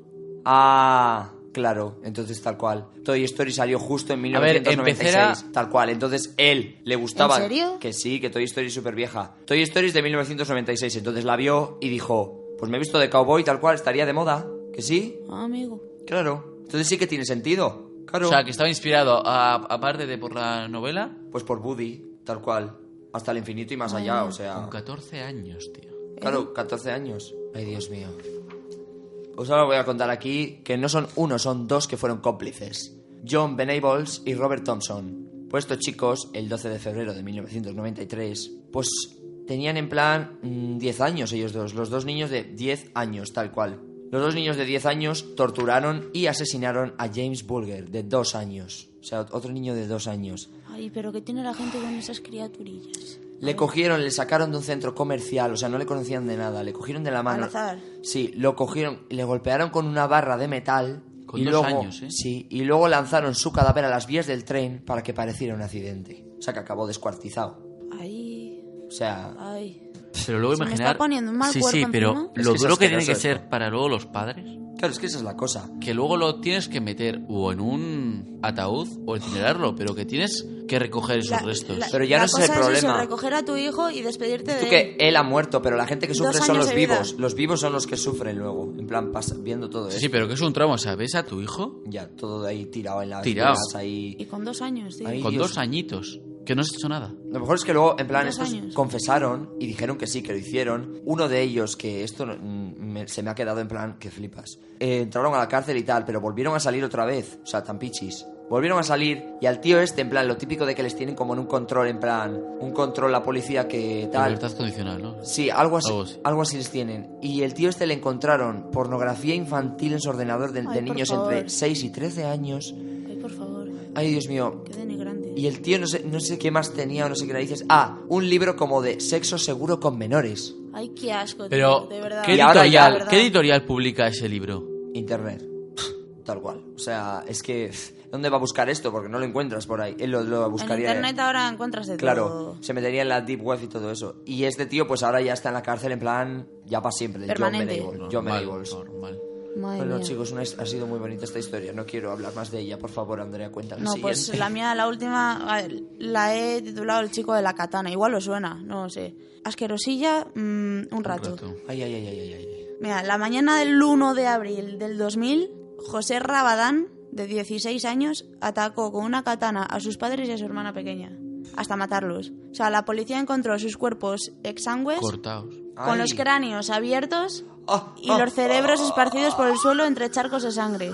[SPEAKER 1] Ah, claro, entonces tal cual. Toy Story salió justo en
[SPEAKER 3] A ver,
[SPEAKER 1] 1996,
[SPEAKER 3] empecera-
[SPEAKER 1] tal cual. Entonces él le gustaba.
[SPEAKER 2] ¿En serio?
[SPEAKER 1] Que sí, que Toy Story es súper vieja. Toy Story es de 1996, entonces la vio y dijo: Pues me he visto de cowboy, tal cual, estaría de moda. ¿Que sí?
[SPEAKER 2] Ah, amigo.
[SPEAKER 1] Claro. Entonces sí que tiene sentido. Claro.
[SPEAKER 3] O sea, que estaba inspirado, a- aparte de por la novela,
[SPEAKER 1] Pues por Woody, tal cual. Hasta el infinito y más allá, o sea.
[SPEAKER 3] con 14 años, tío.
[SPEAKER 1] Claro, 14 años. Ay, Dios mío. Os ahora voy a contar aquí que no son uno, son dos que fueron cómplices. John Venables y Robert Thompson. Pues estos chicos, el 12 de febrero de 1993, pues tenían en plan mm, 10 años ellos dos, los dos niños de 10 años, tal cual. Los dos niños de 10 años torturaron y asesinaron a James Bulger, de 2 años. O sea, otro niño de 2 años.
[SPEAKER 2] Ay, pero ¿qué tiene la gente con esas criaturillas?
[SPEAKER 1] Le cogieron, le sacaron de un centro comercial, o sea, no le conocían de nada, le cogieron de la mano.
[SPEAKER 2] Al azar.
[SPEAKER 1] Sí, lo cogieron, le golpearon con una barra de metal.
[SPEAKER 3] Con
[SPEAKER 1] y
[SPEAKER 3] dos
[SPEAKER 1] luego,
[SPEAKER 3] años, ¿eh?
[SPEAKER 1] Sí, y luego lanzaron su cadáver a las vías del tren para que pareciera un accidente. O sea, que acabó descuartizado.
[SPEAKER 2] Ay,
[SPEAKER 1] O sea,
[SPEAKER 2] ay.
[SPEAKER 3] Pero luego
[SPEAKER 2] Se me
[SPEAKER 3] imaginar...
[SPEAKER 2] está poniendo un mal
[SPEAKER 3] sí,
[SPEAKER 2] cuerpo
[SPEAKER 3] sí, pero
[SPEAKER 2] encima.
[SPEAKER 1] Es
[SPEAKER 3] lo
[SPEAKER 1] que es
[SPEAKER 3] duro que tiene que
[SPEAKER 1] asqueroso
[SPEAKER 3] ser para luego los padres,
[SPEAKER 1] claro, es que esa es la cosa.
[SPEAKER 3] que luego lo tienes que meter o en un ataúd o incinerarlo, pero que tienes que recoger esos
[SPEAKER 2] La-
[SPEAKER 3] restos.
[SPEAKER 2] la-
[SPEAKER 1] Pero ya
[SPEAKER 2] la
[SPEAKER 1] no es el
[SPEAKER 2] cosa eso,
[SPEAKER 1] problema.
[SPEAKER 2] recoger a tu hijo y despedirte
[SPEAKER 1] Tú
[SPEAKER 2] de
[SPEAKER 1] que
[SPEAKER 2] él.
[SPEAKER 1] él ha muerto, pero la gente que
[SPEAKER 2] Dos
[SPEAKER 1] sufre son
[SPEAKER 2] años
[SPEAKER 1] los
[SPEAKER 2] de vida.
[SPEAKER 1] vivos. Los vivos son los que sufren luego. En plan, pas- viendo todo
[SPEAKER 3] Sí,
[SPEAKER 1] eso.
[SPEAKER 3] sí, pero que es un trauma, ¿sabes? A tu hijo
[SPEAKER 1] Ya, todo ahí tirado en las
[SPEAKER 3] Tirado.
[SPEAKER 1] vías, ahí.
[SPEAKER 2] Y con dos años, tío.
[SPEAKER 1] Ahí.
[SPEAKER 3] con
[SPEAKER 1] Dios.
[SPEAKER 3] dos añitos, que no has hecho nada.
[SPEAKER 1] Lo mejor es que luego, en plan,
[SPEAKER 2] Dos
[SPEAKER 1] estos
[SPEAKER 2] años.
[SPEAKER 1] confesaron y dijeron que sí, que lo hicieron. Uno de ellos, que esto no- mm, me- se me ha quedado en plan, que flipas. Eh, entraron a la cárcel y tal, pero volvieron a salir otra vez. O sea, tan pichis. Volvieron a salir y al tío este, en plan, lo típico de que les tienen como en un control, en plan, un control la policía que tal.
[SPEAKER 3] Libertad condicional, ¿no?
[SPEAKER 1] Sí, algo así,
[SPEAKER 3] Algo así.
[SPEAKER 1] algo así les tienen. Y el tío este le encontraron pornografía infantil en su ordenador de,
[SPEAKER 2] Ay,
[SPEAKER 1] de
[SPEAKER 2] por
[SPEAKER 1] niños
[SPEAKER 2] favor.
[SPEAKER 1] entre 6 y 13 años.
[SPEAKER 2] Ay, por favor.
[SPEAKER 1] Ay, Dios mío,
[SPEAKER 2] Qué denigrante.
[SPEAKER 1] y el tío no sé, no sé qué más tenía o no sé qué le dices. Ah, un libro como de sexo seguro con menores.
[SPEAKER 2] Ay, qué asco, tío,
[SPEAKER 3] Pero,
[SPEAKER 2] de verdad.
[SPEAKER 3] ¿qué
[SPEAKER 1] Y ahora ya,
[SPEAKER 2] De
[SPEAKER 3] editorial,
[SPEAKER 2] verdad.
[SPEAKER 3] ¿qué editorial publica ese libro?
[SPEAKER 1] Internet. Tal cual. O sea, es que... pff, ¿Dónde va a buscar esto? Porque no lo encuentras por ahí. Él lo, lo
[SPEAKER 2] En
[SPEAKER 1] buscaría...
[SPEAKER 2] internet ahora encuentras de
[SPEAKER 1] Claro,
[SPEAKER 2] todo.
[SPEAKER 1] se metería en la deep web y todo eso. Y este tío pues ahora ya está en la cárcel en plan... Ya para siempre.
[SPEAKER 2] Permanente.
[SPEAKER 1] John Venables. John
[SPEAKER 3] Normal,
[SPEAKER 1] Venables.
[SPEAKER 3] normal.
[SPEAKER 2] Madre
[SPEAKER 1] Bueno,
[SPEAKER 2] mía.
[SPEAKER 1] chicos, una- ha sido muy bonita esta historia. No quiero hablar más de ella. Por favor, Andrea, cuenta la
[SPEAKER 2] No,
[SPEAKER 1] siguiente.
[SPEAKER 2] pues la mía, la última, a ver, la he titulado El chico de la katana. Igual lo suena, no sé. Asquerosilla, mm, un rato.
[SPEAKER 3] rato.
[SPEAKER 1] Ay, ay, ay, ay, ay, ay.
[SPEAKER 2] Mira, la mañana del 1 de abril del 2000, José Rabadán, de 16 años, atacó con una katana a sus padres y a su hermana pequeña. hasta matarlos. O sea, la policía encontró sus cuerpos exangües
[SPEAKER 3] Cortaos.
[SPEAKER 2] con
[SPEAKER 1] Ay.
[SPEAKER 2] los cráneos abiertos
[SPEAKER 1] Ah,
[SPEAKER 2] y
[SPEAKER 1] ah,
[SPEAKER 2] los cerebros esparcidos por el suelo entre charcos de sangre.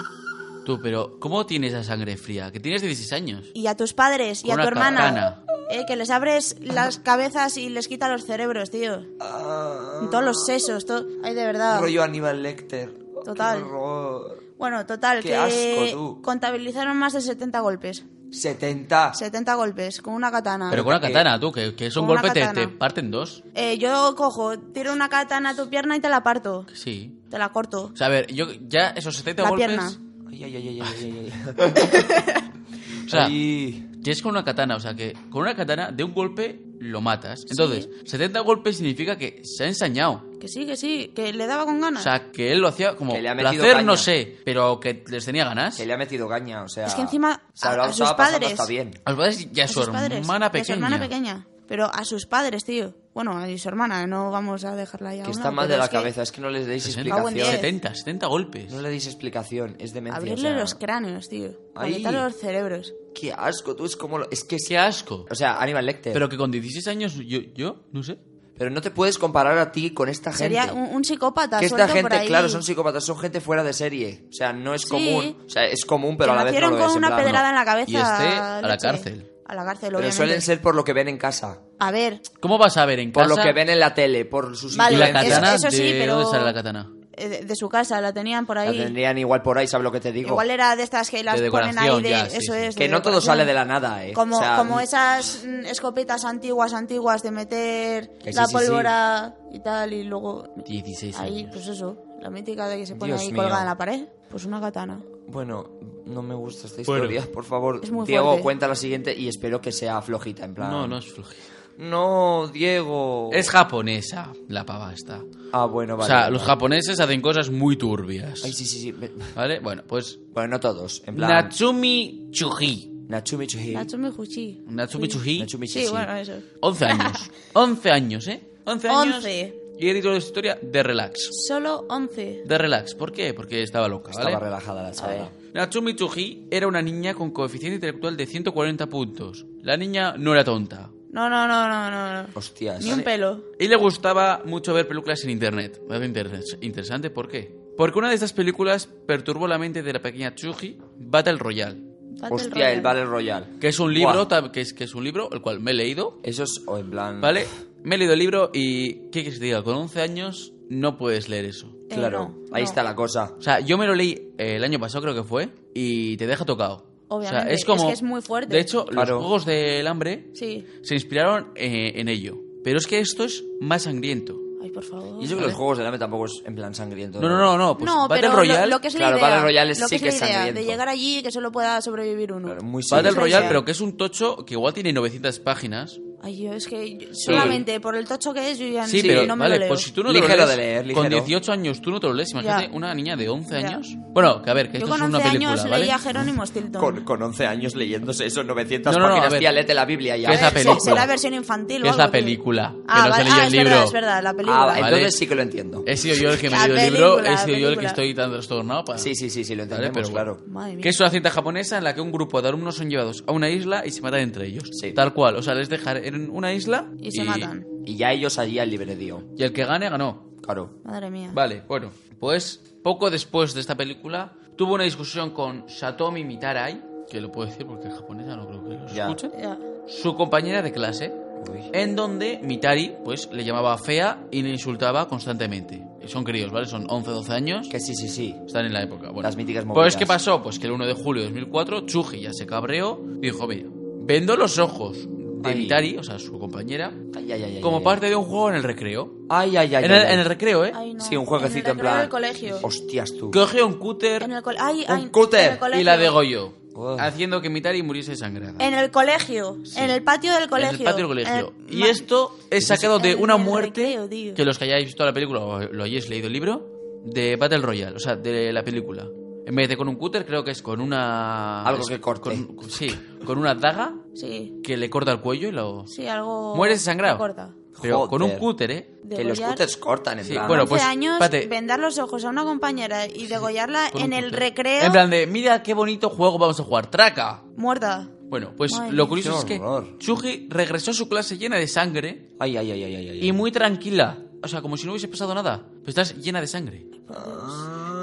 [SPEAKER 3] Tú, pero ¿cómo tienes esa sangre fría? Que tienes 16 años.
[SPEAKER 2] Y a tus padres y
[SPEAKER 3] Con
[SPEAKER 2] a tu
[SPEAKER 3] una
[SPEAKER 2] hermana.
[SPEAKER 3] katana.
[SPEAKER 2] eh, que les abres las cabezas y les quita los cerebros, tío. Todos los sesos, todo. Ay, de verdad.
[SPEAKER 1] Ah. Rollo Aníbal Lecter.
[SPEAKER 2] Total.
[SPEAKER 1] Qué horror.
[SPEAKER 2] Bueno, total,
[SPEAKER 1] Qué
[SPEAKER 2] que
[SPEAKER 1] asco, tú.
[SPEAKER 2] contabilizaron más de 70 golpes.
[SPEAKER 1] 70.
[SPEAKER 2] 70 golpes, con una katana.
[SPEAKER 3] Pero con una
[SPEAKER 1] que-
[SPEAKER 3] katana, tú, que, que es un
[SPEAKER 2] Ah, Con una
[SPEAKER 3] golpe te,
[SPEAKER 2] katana.
[SPEAKER 3] te parten dos.
[SPEAKER 2] Eh, yo cojo, tiro una katana a tu pierna y te la parto.
[SPEAKER 3] Sí.
[SPEAKER 2] Te la corto.
[SPEAKER 3] O sea, a ver, yo ya esos 70
[SPEAKER 2] La
[SPEAKER 3] golpes.
[SPEAKER 2] pierna.
[SPEAKER 1] Ay, ay, ay, ay, ay, ay, ay.
[SPEAKER 3] O sea,
[SPEAKER 1] Ay.
[SPEAKER 3] Tienes con una katana, o sea que con una katana de un golpe lo matas. Entonces, 70 golpes significa que se ha ensañado.
[SPEAKER 2] Que sí, que sí, que le daba con
[SPEAKER 3] O
[SPEAKER 2] ganas.
[SPEAKER 3] sea, que él lo hacía como
[SPEAKER 1] Que le ha metido
[SPEAKER 3] placer,
[SPEAKER 1] caña.
[SPEAKER 3] no sé, pero que les tenía ganas.
[SPEAKER 1] Se le ha metido gaña, o sea.
[SPEAKER 2] Es que encima
[SPEAKER 1] se
[SPEAKER 2] a-
[SPEAKER 1] lo
[SPEAKER 2] a
[SPEAKER 1] estaba
[SPEAKER 2] sus
[SPEAKER 1] pasando
[SPEAKER 2] padres-
[SPEAKER 1] hasta bien.
[SPEAKER 3] A los padres y a,
[SPEAKER 2] A
[SPEAKER 3] su
[SPEAKER 2] sus padres,
[SPEAKER 3] hermana
[SPEAKER 2] y a su
[SPEAKER 3] pequeña.
[SPEAKER 2] hermana pequeña. Pero a sus padres, tío. Bueno, a su hermana, no vamos a dejarla ya.
[SPEAKER 1] Que está mal de la cabeza, es que no les deis
[SPEAKER 3] 60,
[SPEAKER 2] Ah, buen día.
[SPEAKER 1] explicación.
[SPEAKER 3] 70, 70 golpes.
[SPEAKER 1] No le deis explicación, es demencia.
[SPEAKER 2] Abrirle
[SPEAKER 1] eh, o sea.
[SPEAKER 2] los cráneos, tío.
[SPEAKER 1] Ahí.
[SPEAKER 2] Conectarle los cerebros.
[SPEAKER 1] Qué asco, tú es como. lo- Es que
[SPEAKER 3] Qué asco.
[SPEAKER 1] O sea, Aníbal Lecter. Pero,
[SPEAKER 3] Pero que con 16 años yo, yo no sé.
[SPEAKER 1] no te puedes comparar a ti con esta gente.
[SPEAKER 2] Sería un, un psicópata.
[SPEAKER 1] que esta
[SPEAKER 2] suelto por
[SPEAKER 1] gente,
[SPEAKER 2] ahí.
[SPEAKER 1] claro, son psicópatas, son gente fuera de serie. O sea, no es
[SPEAKER 2] Sí.
[SPEAKER 1] común. O sea, es común, pero
[SPEAKER 2] Que
[SPEAKER 1] a la vez no
[SPEAKER 2] nacieron
[SPEAKER 1] lo es.
[SPEAKER 2] con
[SPEAKER 1] en
[SPEAKER 2] una
[SPEAKER 1] plan,
[SPEAKER 2] pedrada
[SPEAKER 1] no.
[SPEAKER 2] en la cabeza.
[SPEAKER 3] Y esté a la
[SPEAKER 2] leche.
[SPEAKER 3] cárcel.
[SPEAKER 2] A la cárcel,
[SPEAKER 1] Pero
[SPEAKER 2] obviamente.
[SPEAKER 1] suelen ser por lo que ven en casa.
[SPEAKER 2] A ver,
[SPEAKER 3] ¿Cómo vas a ver en
[SPEAKER 1] Por
[SPEAKER 3] casa?
[SPEAKER 1] lo que ven en la tele, por sus
[SPEAKER 2] Vale,
[SPEAKER 3] ¿Y la
[SPEAKER 2] Eso-
[SPEAKER 3] katana?
[SPEAKER 2] eso sí,
[SPEAKER 3] ¿De
[SPEAKER 2] pero-
[SPEAKER 3] dónde sale la katana?
[SPEAKER 2] eh, de, de su casa, la tenían por
[SPEAKER 1] La
[SPEAKER 2] ahí.
[SPEAKER 1] tendrían igual por ahí, ¿sabes lo que te digo?
[SPEAKER 2] Igual era de estas que las
[SPEAKER 3] De
[SPEAKER 2] ponen ahí
[SPEAKER 3] decoración,
[SPEAKER 2] de...
[SPEAKER 3] ya, sí,
[SPEAKER 2] eso
[SPEAKER 3] sí.
[SPEAKER 2] es.
[SPEAKER 1] que
[SPEAKER 2] de
[SPEAKER 1] no todo
[SPEAKER 2] decoración.
[SPEAKER 1] sale de la nada, ¿eh?
[SPEAKER 2] Como,
[SPEAKER 1] O sea,
[SPEAKER 2] como esas mm, escopetas antiguas, antiguas de meter
[SPEAKER 1] Que sí,
[SPEAKER 2] la
[SPEAKER 1] sí, sí.
[SPEAKER 2] pólvora y tal, y luego
[SPEAKER 3] 16
[SPEAKER 2] ahí,
[SPEAKER 3] años.
[SPEAKER 2] pues eso, la mítica de que se pone
[SPEAKER 1] Dios
[SPEAKER 2] ahí
[SPEAKER 1] mío.
[SPEAKER 2] colgada en la pared, pues una katana.
[SPEAKER 1] Bueno, no me gusta esta
[SPEAKER 3] Bueno.
[SPEAKER 1] historia. Por favor,
[SPEAKER 2] Es muy
[SPEAKER 1] Diego,
[SPEAKER 2] fuerte.
[SPEAKER 1] cuenta la siguiente y espero que sea flojita, en plan.
[SPEAKER 3] No, no es flojito.
[SPEAKER 1] No, Diego.
[SPEAKER 3] Es japonesa la pava esta.
[SPEAKER 1] Ah, bueno,
[SPEAKER 3] O
[SPEAKER 1] vale.
[SPEAKER 3] sea,
[SPEAKER 1] vale.
[SPEAKER 3] los japoneses hacen cosas muy turbias.
[SPEAKER 1] Ay, sí, sí, sí. me-
[SPEAKER 3] ¿Vale? Bueno, pues
[SPEAKER 1] Bueno, no todos. En plan.
[SPEAKER 3] Natsumi Chuji.
[SPEAKER 1] Natsumi Chuhi.
[SPEAKER 2] Natsumi Huchi.
[SPEAKER 3] Natsumi Chuji.
[SPEAKER 1] Natsumi
[SPEAKER 2] Sí,
[SPEAKER 1] Chuhi.
[SPEAKER 2] bueno, eso.
[SPEAKER 3] 11 años. 11 años, ¿eh? 11 años.
[SPEAKER 2] Once.
[SPEAKER 3] Y he dicho la historia de relax.
[SPEAKER 2] Solo 11.
[SPEAKER 3] De relax. ¿Por qué? Porque estaba loca, ¿vale?
[SPEAKER 1] Estaba relajada la chava.
[SPEAKER 3] Natsumi Chuji era una niña con coeficiente intelectual de 140 puntos. La niña no era tonta.
[SPEAKER 2] No, no, no, no, no. no.
[SPEAKER 1] Hostias.
[SPEAKER 2] Ni un pelo.
[SPEAKER 3] Y le gustaba mucho ver películas en internet. Algo inter- interesante, ¿por qué? Porque una de estas películas perturbó la mente de la pequeña Chuji, Battle Royale.
[SPEAKER 2] Battle
[SPEAKER 1] Hostia,
[SPEAKER 2] Royale.
[SPEAKER 1] el Battle Royale.
[SPEAKER 3] Que es un libro,
[SPEAKER 1] Buah.
[SPEAKER 3] tam- que es, que es un libro, el cual me he leído,
[SPEAKER 1] Eso es, o en plan.
[SPEAKER 3] ¿vale? Eh, Me he leído el libro y, ¿qué quieres que te diga? Con 11 años no puedes leer eso.
[SPEAKER 2] Eh,
[SPEAKER 1] Claro,
[SPEAKER 2] no,
[SPEAKER 1] ahí
[SPEAKER 2] no.
[SPEAKER 1] está la cosa.
[SPEAKER 3] O sea, yo me lo leí eh, el año pasado, creo que fue, y te deja tocado.
[SPEAKER 2] Obviamente,
[SPEAKER 3] O sea,
[SPEAKER 2] es que es muy fuerte.
[SPEAKER 3] De hecho,
[SPEAKER 1] Claro.
[SPEAKER 3] los Juegos del Hambre
[SPEAKER 2] Sí.
[SPEAKER 3] se inspiraron eh, en ello. Pero es que esto es más sangriento.
[SPEAKER 2] Ay, por favor.
[SPEAKER 1] Y eso que los juegos pues, del hambre tampoco es en plan sangriento.
[SPEAKER 3] No, no, no, no. Pues
[SPEAKER 2] no,
[SPEAKER 3] Battle
[SPEAKER 2] pero lo-
[SPEAKER 3] Royale-
[SPEAKER 2] lo, que es la
[SPEAKER 1] claro,
[SPEAKER 2] idea.
[SPEAKER 1] Battle Royale
[SPEAKER 2] lo
[SPEAKER 1] sí que
[SPEAKER 2] que es
[SPEAKER 1] es
[SPEAKER 2] la idea, de
[SPEAKER 1] sangriento.
[SPEAKER 2] llegar allí y que solo pueda sobrevivir uno.
[SPEAKER 1] Claro, muy
[SPEAKER 3] Battle
[SPEAKER 1] serio.
[SPEAKER 3] Royale,
[SPEAKER 2] sí.
[SPEAKER 3] pero que es un tocho que igual tiene 900 páginas.
[SPEAKER 2] Ay, yo es que yo- solamente por el tocho que es, yo ya
[SPEAKER 3] Sí,
[SPEAKER 2] no,
[SPEAKER 3] pero
[SPEAKER 2] no me
[SPEAKER 3] vale,
[SPEAKER 2] lo leo.
[SPEAKER 3] pues si tú no te
[SPEAKER 1] Ligero
[SPEAKER 3] lo
[SPEAKER 1] de
[SPEAKER 3] lees,
[SPEAKER 1] leer,
[SPEAKER 3] con
[SPEAKER 1] ligero.
[SPEAKER 3] 18 años tú no te lo lees, imagínate
[SPEAKER 2] Ya.
[SPEAKER 3] una niña de 11
[SPEAKER 2] Ya.
[SPEAKER 3] años. Bueno, que a ver, que
[SPEAKER 2] yo
[SPEAKER 3] esto es
[SPEAKER 2] con
[SPEAKER 3] una
[SPEAKER 2] 11
[SPEAKER 3] película,
[SPEAKER 2] años
[SPEAKER 3] ¿vale?
[SPEAKER 2] leía a Jerónimo Stilton. Eh,
[SPEAKER 1] Con, con 11 años leyéndose eso, 900
[SPEAKER 3] No, no, no, a
[SPEAKER 1] páginas.
[SPEAKER 3] ver.
[SPEAKER 1] Tía, léete la Biblia ya.
[SPEAKER 3] Que es la
[SPEAKER 2] Se-
[SPEAKER 3] película.
[SPEAKER 2] Será versión infantil
[SPEAKER 3] Que
[SPEAKER 2] o
[SPEAKER 3] es la
[SPEAKER 2] algo, tío.
[SPEAKER 3] película, que
[SPEAKER 2] Ah,
[SPEAKER 3] no se
[SPEAKER 2] vale,
[SPEAKER 3] leía
[SPEAKER 2] ah,
[SPEAKER 3] el
[SPEAKER 2] es
[SPEAKER 3] libro.
[SPEAKER 2] verdad, es verdad, la película.
[SPEAKER 1] Ah, va,
[SPEAKER 3] Vale.
[SPEAKER 1] entonces sí que lo entiendo.
[SPEAKER 3] He sido yo el que me
[SPEAKER 2] La
[SPEAKER 3] he leído el libro,
[SPEAKER 2] película,
[SPEAKER 3] he
[SPEAKER 2] la
[SPEAKER 3] sido yo el que
[SPEAKER 2] película.
[SPEAKER 3] estoy tan trastornado para...
[SPEAKER 1] Sí, sí, sí, sí, lo
[SPEAKER 3] Vale,
[SPEAKER 1] entendemos,
[SPEAKER 3] pero bueno.
[SPEAKER 1] claro.
[SPEAKER 2] Madre mía.
[SPEAKER 3] Que es una cinta japonesa en la que un grupo de alumnos son llevados a una isla y se matan entre ellos.
[SPEAKER 1] Sí.
[SPEAKER 3] Tal cual, o sea, les dejan en una isla
[SPEAKER 2] Y se matan.
[SPEAKER 1] Y ya ellos allí al libredío.
[SPEAKER 3] Y el que gane, ganó.
[SPEAKER 1] Claro.
[SPEAKER 2] Madre mía.
[SPEAKER 3] Vale, bueno, pues poco después de esta película tuvo una discusión con Satomi Mitarai, que lo puedo decir porque es japonesa, no creo que lo
[SPEAKER 1] Ya.
[SPEAKER 3] escuchen,
[SPEAKER 2] Ya.
[SPEAKER 3] su compañera de clase,
[SPEAKER 1] Uy.
[SPEAKER 3] en donde Mitari pues le llamaba fea y le insultaba constantemente. Y Son críos, ¿vale? Son 11, 12 años.
[SPEAKER 1] Que sí, sí, sí.
[SPEAKER 3] Están en la época. Bueno,
[SPEAKER 1] Las míticas movidas.
[SPEAKER 3] Pues, ¿qué pasó? Pues que el 1 de julio de 2004, Chuji ya se cabreó y dijo: Mira, vendo los ojos de
[SPEAKER 1] Ay.
[SPEAKER 3] Mitari, o sea, su compañera,
[SPEAKER 1] Ay, ay, ay, ay,
[SPEAKER 3] como
[SPEAKER 1] ay,
[SPEAKER 3] parte de un juego en el recreo.
[SPEAKER 1] Ay, ay, ay.
[SPEAKER 3] en,
[SPEAKER 1] ay,
[SPEAKER 3] el,
[SPEAKER 1] ay.
[SPEAKER 3] en el recreo, ¿eh?
[SPEAKER 2] Ay, no.
[SPEAKER 1] Sí, un jueguecito en,
[SPEAKER 2] el recreo
[SPEAKER 1] plan.
[SPEAKER 2] del colegio.
[SPEAKER 1] Hostias tú.
[SPEAKER 3] Cogió un cúter
[SPEAKER 2] En el colegio. Ay,
[SPEAKER 1] Un
[SPEAKER 2] ay,
[SPEAKER 1] cúter.
[SPEAKER 2] en el colegio.
[SPEAKER 3] y la degolló,
[SPEAKER 1] Wow.
[SPEAKER 3] haciendo que Mitari muriese sangrada.
[SPEAKER 2] En el colegio. En el patio del colegio.
[SPEAKER 3] En el patio del colegio.
[SPEAKER 2] En el-
[SPEAKER 3] Y
[SPEAKER 2] Ma-
[SPEAKER 3] esto es sacado de
[SPEAKER 2] en
[SPEAKER 3] una
[SPEAKER 2] el
[SPEAKER 3] muerte
[SPEAKER 2] recreo, tío.
[SPEAKER 3] que los que hayáis visto la película o lo hayáis leído el libro de Battle Royale, o sea, de la película. En vez de con un cúter, creo que es con una...
[SPEAKER 1] Algo
[SPEAKER 3] es-
[SPEAKER 1] que corte.
[SPEAKER 3] con- con- sí, con una daga
[SPEAKER 2] Sí,
[SPEAKER 3] que le corta el cuello y lo...
[SPEAKER 2] sí, algo.
[SPEAKER 3] Muere sangrado.
[SPEAKER 2] Corta.
[SPEAKER 3] Pero con un
[SPEAKER 1] Joder.
[SPEAKER 3] cúter, ¿eh?
[SPEAKER 1] Que los
[SPEAKER 2] Degollar-
[SPEAKER 1] cutters cortan en
[SPEAKER 3] Sí,
[SPEAKER 1] plan.
[SPEAKER 3] bueno,
[SPEAKER 2] 11
[SPEAKER 3] pues,
[SPEAKER 2] años,
[SPEAKER 3] espérate.
[SPEAKER 2] vendar los ojos a una compañera y degollarla
[SPEAKER 3] Con
[SPEAKER 2] en
[SPEAKER 3] un
[SPEAKER 2] el
[SPEAKER 3] cúter.
[SPEAKER 2] recreo,
[SPEAKER 3] En plan de, mira qué bonito juego vamos a jugar, traca.
[SPEAKER 2] muerta.
[SPEAKER 3] Bueno, pues
[SPEAKER 2] Madre
[SPEAKER 3] lo
[SPEAKER 2] mía.
[SPEAKER 3] curioso
[SPEAKER 1] Qué
[SPEAKER 3] es que
[SPEAKER 1] horror.
[SPEAKER 3] Shuji regresó a su clase llena de sangre
[SPEAKER 1] Ay, ay, ay, ay, ay, ay.
[SPEAKER 3] y muy tranquila. O sea, como si no hubiese pasado nada. Pues estás llena de sangre.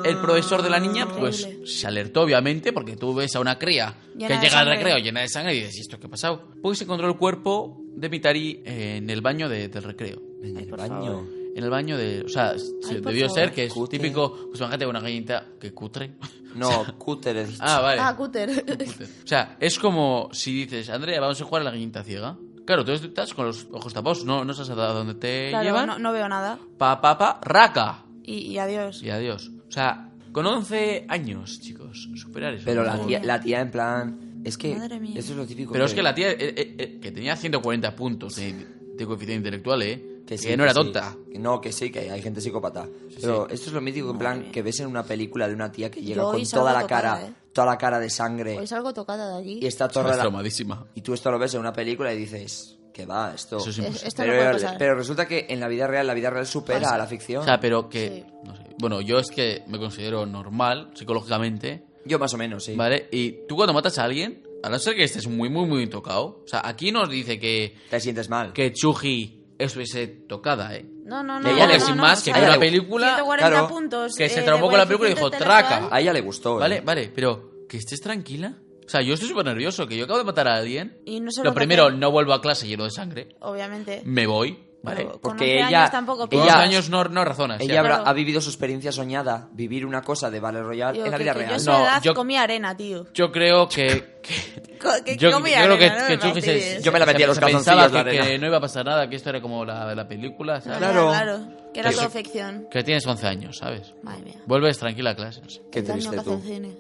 [SPEAKER 3] El profesor de la niña, pues,
[SPEAKER 2] Increíble.
[SPEAKER 3] se alertó, obviamente, porque tú ves a una cría
[SPEAKER 2] Llena
[SPEAKER 3] que
[SPEAKER 2] de
[SPEAKER 3] llega al
[SPEAKER 2] sangre.
[SPEAKER 3] recreo llena de sangre y dices, "¿Y ¿esto qué ha pasado? Porque se encontró el cuerpo de Mitari eh, en el baño de- del recreo.
[SPEAKER 1] En el
[SPEAKER 4] por
[SPEAKER 1] baño.
[SPEAKER 4] favor.
[SPEAKER 3] En el baño de... O sea, se-
[SPEAKER 2] Ay, por
[SPEAKER 3] debió
[SPEAKER 2] favor.
[SPEAKER 3] ser que es
[SPEAKER 1] Cutre.
[SPEAKER 3] típico... Pues imagínate una gallinita que cutre.
[SPEAKER 1] No, cúter he dicho.
[SPEAKER 3] Ah, vale.
[SPEAKER 2] Ah, cúter.
[SPEAKER 3] Cutre. O sea, es como si dices, Andrea, vamos a jugar a la gallinita ciega. Claro, tú estás con los ojos tapados, no, no sabes a dónde te
[SPEAKER 2] Claro,
[SPEAKER 3] llevan.
[SPEAKER 2] no, no veo nada.
[SPEAKER 3] Pa, pa, pa, raca.
[SPEAKER 2] Y, y adiós.
[SPEAKER 3] Y adiós. O sea, con 11 años, chicos, superar eso.
[SPEAKER 1] Pero la
[SPEAKER 2] Madre
[SPEAKER 1] tía,
[SPEAKER 2] mía.
[SPEAKER 1] la tía en plan... Es que
[SPEAKER 2] Madre mía.
[SPEAKER 1] eso es lo típico.
[SPEAKER 3] Pero es que la tía, eh, eh, eh, que tenía 140 puntos de, de coeficiente intelectual, ¿eh? Que,
[SPEAKER 1] sí,
[SPEAKER 3] no era
[SPEAKER 1] sí.
[SPEAKER 3] tonta.
[SPEAKER 1] Que No, que sí, que hay gente psicópata. Pero esto es lo mítico, en plan, que ves en una película de una tía que llega
[SPEAKER 2] Yo hoy
[SPEAKER 1] con
[SPEAKER 2] salgo
[SPEAKER 1] toda la
[SPEAKER 2] tocada,
[SPEAKER 1] cara,
[SPEAKER 2] ¿eh?
[SPEAKER 1] toda la cara de sangre
[SPEAKER 2] Hoy salgo tocada de allí.
[SPEAKER 1] y está
[SPEAKER 3] Estaba
[SPEAKER 1] toda la...
[SPEAKER 3] traumadísima.
[SPEAKER 1] Y tú esto lo ves en una película y dices, que va, esto...
[SPEAKER 3] Eso es
[SPEAKER 2] Es-
[SPEAKER 3] imposible.
[SPEAKER 2] esto no puede
[SPEAKER 1] pero,
[SPEAKER 2] pasar.
[SPEAKER 1] pero resulta que en la vida real, la vida real supera a la ficción.
[SPEAKER 3] O sea, pero que...
[SPEAKER 2] Sí.
[SPEAKER 3] No sé. Bueno, yo es que me considero normal, psicológicamente,
[SPEAKER 1] Yo más o menos, sí.
[SPEAKER 3] ¿vale? Y tú cuando matas a alguien, a no ser que estés muy, muy, muy tocado... O sea, aquí nos dice que,
[SPEAKER 1] Te sientes mal.
[SPEAKER 3] que Chuji estuviese tocada, ¿eh?
[SPEAKER 2] No, no, no.
[SPEAKER 1] Que ella
[SPEAKER 2] no,
[SPEAKER 1] le-
[SPEAKER 2] no,
[SPEAKER 1] sin
[SPEAKER 2] no,
[SPEAKER 3] más,
[SPEAKER 2] o
[SPEAKER 3] que
[SPEAKER 2] sea,
[SPEAKER 1] vio la
[SPEAKER 2] 140
[SPEAKER 1] claro,
[SPEAKER 2] puntos.
[SPEAKER 3] que se
[SPEAKER 2] eh, de
[SPEAKER 3] traumó con la película y dijo,
[SPEAKER 2] coeficiente intelectual.
[SPEAKER 3] "Traca".
[SPEAKER 1] A ella le gustó. ¿eh?
[SPEAKER 3] Vale, vale, pero que estés tranquila. O sea, yo estoy súper nervioso, que yo acabo de matar a alguien.
[SPEAKER 2] Y no se
[SPEAKER 3] lo
[SPEAKER 2] lo
[SPEAKER 3] primero,
[SPEAKER 2] toqué.
[SPEAKER 3] no vuelvo a clase lleno de sangre.
[SPEAKER 2] Obviamente.
[SPEAKER 3] Me voy, ¿vale?
[SPEAKER 2] Pero- Con
[SPEAKER 1] Porque
[SPEAKER 2] 11
[SPEAKER 1] ella...
[SPEAKER 2] años tampoco
[SPEAKER 3] Con
[SPEAKER 1] ella-
[SPEAKER 2] piensas.
[SPEAKER 3] los años no, no razonas.
[SPEAKER 1] Ella
[SPEAKER 3] ya.
[SPEAKER 1] habrá-
[SPEAKER 2] Claro.
[SPEAKER 1] ha vivido su experiencia soñada, vivir una cosa de Battle Royale
[SPEAKER 2] Digo,
[SPEAKER 1] en la
[SPEAKER 2] que-
[SPEAKER 1] vida
[SPEAKER 2] que
[SPEAKER 1] real.
[SPEAKER 2] Yo a
[SPEAKER 3] No,
[SPEAKER 2] esa edad
[SPEAKER 3] yo-
[SPEAKER 2] comía arena, tío.
[SPEAKER 3] Yo creo que... que-
[SPEAKER 2] Co- que
[SPEAKER 3] yo,
[SPEAKER 2] comía
[SPEAKER 3] yo creo que,
[SPEAKER 2] arena, no
[SPEAKER 3] que
[SPEAKER 2] me
[SPEAKER 3] Chucky se-
[SPEAKER 2] fastidies.
[SPEAKER 1] Yo me la metí a los
[SPEAKER 3] se pensaba
[SPEAKER 1] calzoncillos, la
[SPEAKER 3] que, que
[SPEAKER 1] arena.
[SPEAKER 3] no iba a pasar nada, que esto era como la de la película,
[SPEAKER 2] No,
[SPEAKER 3] ¿sabes?
[SPEAKER 1] Claro.
[SPEAKER 2] claro. Que era
[SPEAKER 3] Eso-
[SPEAKER 2] todo ficción.
[SPEAKER 3] Que tienes 11 años, ¿sabes?
[SPEAKER 2] Madre mía.
[SPEAKER 3] Vuelves tranquila a clases.
[SPEAKER 1] Qué
[SPEAKER 2] El daño
[SPEAKER 1] triste
[SPEAKER 2] que hace
[SPEAKER 1] tú.
[SPEAKER 2] el cine.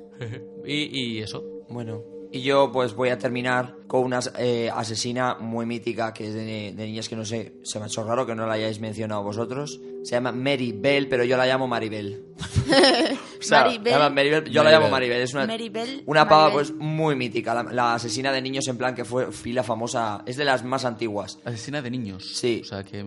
[SPEAKER 3] Y, y eso.
[SPEAKER 1] Bueno, y yo pues voy a terminar con una eh, asesina muy mítica que es de, de niñas que no sé, se me ha hecho raro que no la hayáis mencionado vosotros. Se llama Mary Bell, pero yo la llamo Maribel. o
[SPEAKER 2] Mary
[SPEAKER 1] se
[SPEAKER 2] Bell.
[SPEAKER 1] llama Mary Bell, yo
[SPEAKER 3] Mary
[SPEAKER 1] la llamo
[SPEAKER 3] Bell.
[SPEAKER 1] Maribel. Es una,
[SPEAKER 2] Mary Bell,
[SPEAKER 1] una pava
[SPEAKER 2] Maribel.
[SPEAKER 1] pues muy mítica, la, la asesina de niños en plan que fue fila famosa, es de las más antiguas.
[SPEAKER 3] Asesina de niños.
[SPEAKER 1] Sí.
[SPEAKER 3] O sea, que...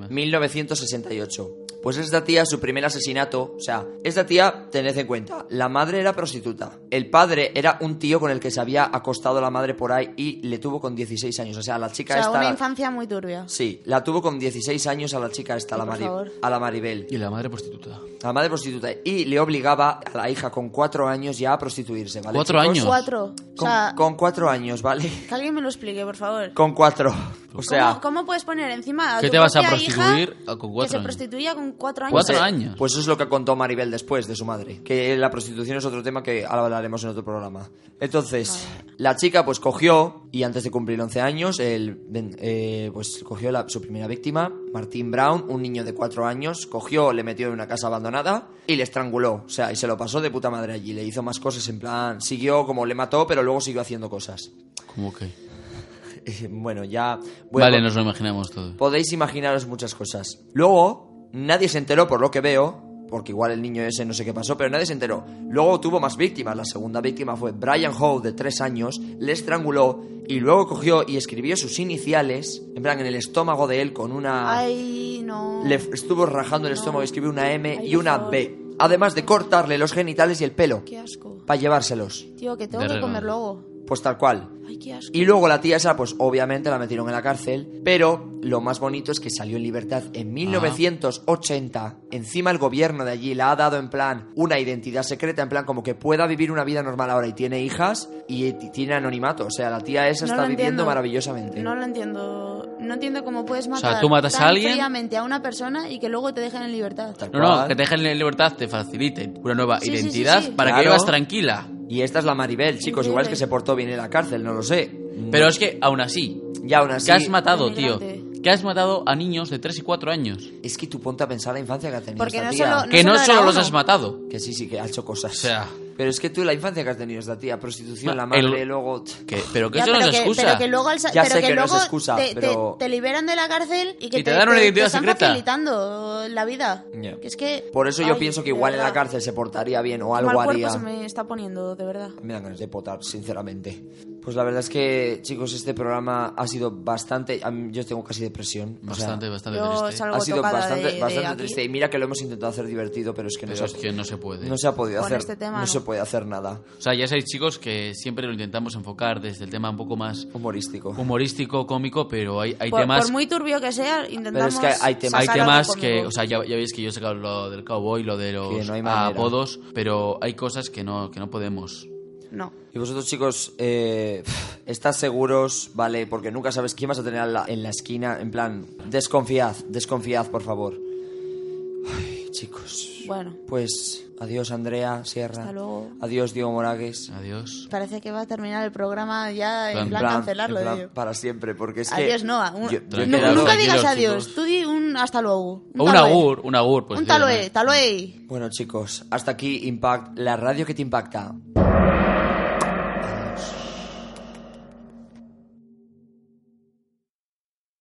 [SPEAKER 1] 1968. Pues esta tía, su primer asesinato, o sea, esta tía, tened en cuenta, la madre era prostituta, el padre era un tío con el que se había acostado la madre por ahí y le tuvo con 16 años, o sea, la
[SPEAKER 2] O
[SPEAKER 1] chica
[SPEAKER 2] sea,
[SPEAKER 1] esta...
[SPEAKER 2] una infancia muy turbia.
[SPEAKER 1] Sí, la tuvo con 16 años a la chica esta, a la,
[SPEAKER 2] Por
[SPEAKER 1] Mari-
[SPEAKER 2] favor.
[SPEAKER 1] a la Maribel,
[SPEAKER 3] Y la madre prostituta.
[SPEAKER 1] a la madre prostituta, y le obligaba a la hija con 4 años ya a prostituirse, ¿vale?
[SPEAKER 3] ¿Cuatro
[SPEAKER 1] chicos?
[SPEAKER 3] años?
[SPEAKER 2] Cuatro. O
[SPEAKER 1] Con,
[SPEAKER 2] sea,
[SPEAKER 1] con 4 años, ¿vale?
[SPEAKER 2] que alguien me lo explique, por favor.
[SPEAKER 1] Con 4, o sea...
[SPEAKER 2] ¿Cómo, cómo puedes poner encima a
[SPEAKER 3] ¿Qué
[SPEAKER 2] tu
[SPEAKER 3] te vas a
[SPEAKER 2] propia hija
[SPEAKER 3] prostituir a- con cuatro
[SPEAKER 2] que se
[SPEAKER 3] años?
[SPEAKER 2] prostituía con cuatro años?
[SPEAKER 3] Cuatro
[SPEAKER 1] eh,
[SPEAKER 3] años.
[SPEAKER 1] Pues eso es lo que contó Maribel después de su madre. Que la prostitución es otro tema que ahora hablaremos en otro programa. Entonces, la chica pues cogió, y antes de cumplir 11 años, el, ven- eh, pues cogió la- su primera víctima, Martín Brown, un niño de 4 años, cogió, le metió en una casa abandonada y le estranguló. O sea, y se lo pasó de puta madre allí. Le hizo más cosas en plan, siguió como le mató, pero luego siguió haciendo cosas.
[SPEAKER 3] ¿Cómo que?
[SPEAKER 1] bueno, ya... voy a
[SPEAKER 3] vale,
[SPEAKER 1] con-
[SPEAKER 3] nos lo imaginamos todo.
[SPEAKER 1] Podéis imaginaros muchas cosas. Luego, nadie se enteró por lo que veo, porque igual el niño ese no sé qué pasó, pero nadie se enteró. Luego tuvo más víctimas. La segunda víctima fue Brian Howe, de tres años, le estranguló y luego cogió y escribió sus iniciales, en plan, en el estómago de él con una...
[SPEAKER 2] Ay, no.
[SPEAKER 1] Le f- estuvo rajando el estómago y escribió una M
[SPEAKER 2] Ay,
[SPEAKER 1] y una
[SPEAKER 2] por favor.
[SPEAKER 1] B. Además de cortarle los genitales y el pelo,
[SPEAKER 2] Qué asco.
[SPEAKER 1] para llevárselos.
[SPEAKER 2] Tío, que tengo
[SPEAKER 3] De
[SPEAKER 2] que
[SPEAKER 3] regalo.
[SPEAKER 2] comer luego.
[SPEAKER 1] Pues tal cual.
[SPEAKER 2] Ay, qué asco.
[SPEAKER 1] Y luego la tía esa, pues obviamente la metieron en la cárcel, pero lo más bonito es que salió en libertad en 1980. Encima el gobierno de allí la ha dado en plan una identidad secreta, en plan como que pueda vivir una vida normal ahora y tiene hijas y t- tiene anonimato. O sea, la tía esa
[SPEAKER 2] No
[SPEAKER 1] está
[SPEAKER 2] lo
[SPEAKER 1] viviendo
[SPEAKER 2] entiendo.
[SPEAKER 1] maravillosamente.
[SPEAKER 2] No lo entiendo. No entiendo cómo puedes
[SPEAKER 3] sea,
[SPEAKER 2] matar
[SPEAKER 3] tú matas
[SPEAKER 2] tan
[SPEAKER 3] a alguien-
[SPEAKER 2] fríamente a una persona y que luego te dejen en libertad.
[SPEAKER 1] Tal
[SPEAKER 3] No, no,
[SPEAKER 1] cual.
[SPEAKER 3] que te dejen en libertad te faciliten una nueva
[SPEAKER 2] Sí, sí, sí,
[SPEAKER 3] identidad
[SPEAKER 2] sí.
[SPEAKER 3] para que
[SPEAKER 1] Claro.
[SPEAKER 3] vivas tranquila.
[SPEAKER 1] Y esta es la Maribel, chicos. Igual es
[SPEAKER 2] Increíble.
[SPEAKER 1] que se portó bien en la cárcel, no lo sé.
[SPEAKER 2] Mm.
[SPEAKER 3] Pero es que, aún así,
[SPEAKER 1] Ya aún así.
[SPEAKER 3] que has matado, tío.
[SPEAKER 2] Inmigrante.
[SPEAKER 3] Que has matado a niños de 3 y 4 años.
[SPEAKER 1] Es que tú ponte a pensar la infancia que ha tenido
[SPEAKER 2] Porque
[SPEAKER 1] esta
[SPEAKER 2] no
[SPEAKER 1] tía.
[SPEAKER 2] solo-
[SPEAKER 3] que no
[SPEAKER 2] era
[SPEAKER 3] solo los
[SPEAKER 2] uno.
[SPEAKER 3] has matado.
[SPEAKER 1] Que sí, sí, que ha hecho cosas.
[SPEAKER 3] O sea.
[SPEAKER 1] Pero es que tú la infancia que has tenido esta tía, prostitución,
[SPEAKER 3] Ma-
[SPEAKER 1] la madre,
[SPEAKER 3] el-
[SPEAKER 1] luego... tch,
[SPEAKER 3] Que- pero que
[SPEAKER 2] Ya,
[SPEAKER 3] eso no
[SPEAKER 2] pero
[SPEAKER 3] es
[SPEAKER 2] que-
[SPEAKER 3] excusa.
[SPEAKER 2] Pero que luego, al sa-
[SPEAKER 1] Ya
[SPEAKER 2] pero
[SPEAKER 1] sé
[SPEAKER 2] que
[SPEAKER 1] que no es
[SPEAKER 2] luego
[SPEAKER 1] excusa,
[SPEAKER 2] te, te-
[SPEAKER 1] pero-
[SPEAKER 2] te liberan de la cárcel y que
[SPEAKER 3] Y te dan una identidad
[SPEAKER 2] están
[SPEAKER 3] secreta.
[SPEAKER 2] facilitando la vida.
[SPEAKER 1] Ya.
[SPEAKER 2] Que es que...
[SPEAKER 1] Por eso yo
[SPEAKER 2] Ay,
[SPEAKER 1] pienso que
[SPEAKER 2] de
[SPEAKER 1] igual en la
[SPEAKER 2] verdad.
[SPEAKER 1] cárcel se portaría bien o
[SPEAKER 2] Mal
[SPEAKER 1] algo
[SPEAKER 2] cuerpo
[SPEAKER 1] haría.
[SPEAKER 2] se me está poniendo, de verdad.
[SPEAKER 1] Me dan ganas de potar, sinceramente. Pues la verdad es que, chicos, este programa ha sido bastante. a mí- Yo tengo casi depresión. o sea,
[SPEAKER 3] Bastante, bastante
[SPEAKER 2] yo
[SPEAKER 3] triste. ¿eh?
[SPEAKER 2] salgo-
[SPEAKER 1] ha sido
[SPEAKER 2] tocada
[SPEAKER 1] bastante,
[SPEAKER 2] de- de
[SPEAKER 1] bastante
[SPEAKER 2] aquí.
[SPEAKER 1] triste. Y mira que lo hemos intentado hacer divertido, pero es que no,
[SPEAKER 3] Pero es
[SPEAKER 1] se, ha-
[SPEAKER 3] que no se puede.
[SPEAKER 1] no se ha podido
[SPEAKER 2] Con
[SPEAKER 1] hacer.
[SPEAKER 2] este tema,
[SPEAKER 1] no,
[SPEAKER 2] no.
[SPEAKER 1] se puede hacer nada
[SPEAKER 3] O sea, ya sabéis, chicos, que siempre lo intentamos enfocar desde el tema un poco más
[SPEAKER 1] humorístico.
[SPEAKER 3] humorístico, cómico, pero hay, hay
[SPEAKER 2] por,
[SPEAKER 3] temas.
[SPEAKER 2] por muy turbio que sea, intentamos.
[SPEAKER 1] Pero es que hay temas-
[SPEAKER 3] Hay
[SPEAKER 2] sacar algo
[SPEAKER 3] temas que,
[SPEAKER 2] cómico.
[SPEAKER 3] o sea, ya, ya veis que yo he sacado lo del cowboy, lo de
[SPEAKER 1] Que
[SPEAKER 3] los
[SPEAKER 1] no hay manera.
[SPEAKER 3] apodos, pero hay cosas que no, que no podemos.
[SPEAKER 2] No.
[SPEAKER 1] Y vosotros, chicos, eh, estad seguros, ¿vale? Porque nunca sabes quién vas a tener en la, en la esquina. En plan, desconfiad, desconfiad, por favor. Ay, chicos.
[SPEAKER 2] Bueno,
[SPEAKER 1] Pues adiós, Andrea Sierra.
[SPEAKER 2] Hasta luego.
[SPEAKER 1] Adiós, Diego Moragues.
[SPEAKER 3] Adiós.
[SPEAKER 2] parece que va a terminar el programa ya en plan,
[SPEAKER 3] Plan-
[SPEAKER 1] En plan,
[SPEAKER 2] cancelarlo,
[SPEAKER 1] en plan,
[SPEAKER 2] digo.
[SPEAKER 1] para siempre, porque es que...
[SPEAKER 2] Adiós, Noah.
[SPEAKER 1] Yo-
[SPEAKER 2] Un-
[SPEAKER 1] yo he
[SPEAKER 2] nu-
[SPEAKER 3] Tranquilos,
[SPEAKER 1] quedado-
[SPEAKER 2] nunca digas
[SPEAKER 3] tranquilos,
[SPEAKER 2] adiós.
[SPEAKER 3] chicos.
[SPEAKER 2] Tú di un hasta luego.
[SPEAKER 3] O un
[SPEAKER 2] taloe.
[SPEAKER 3] agur, un agur, pues.
[SPEAKER 2] un
[SPEAKER 1] eh.
[SPEAKER 3] tío,
[SPEAKER 2] taloe, taloe.
[SPEAKER 1] Bueno, chicos, hasta aquí Impact, la radio que te impacta.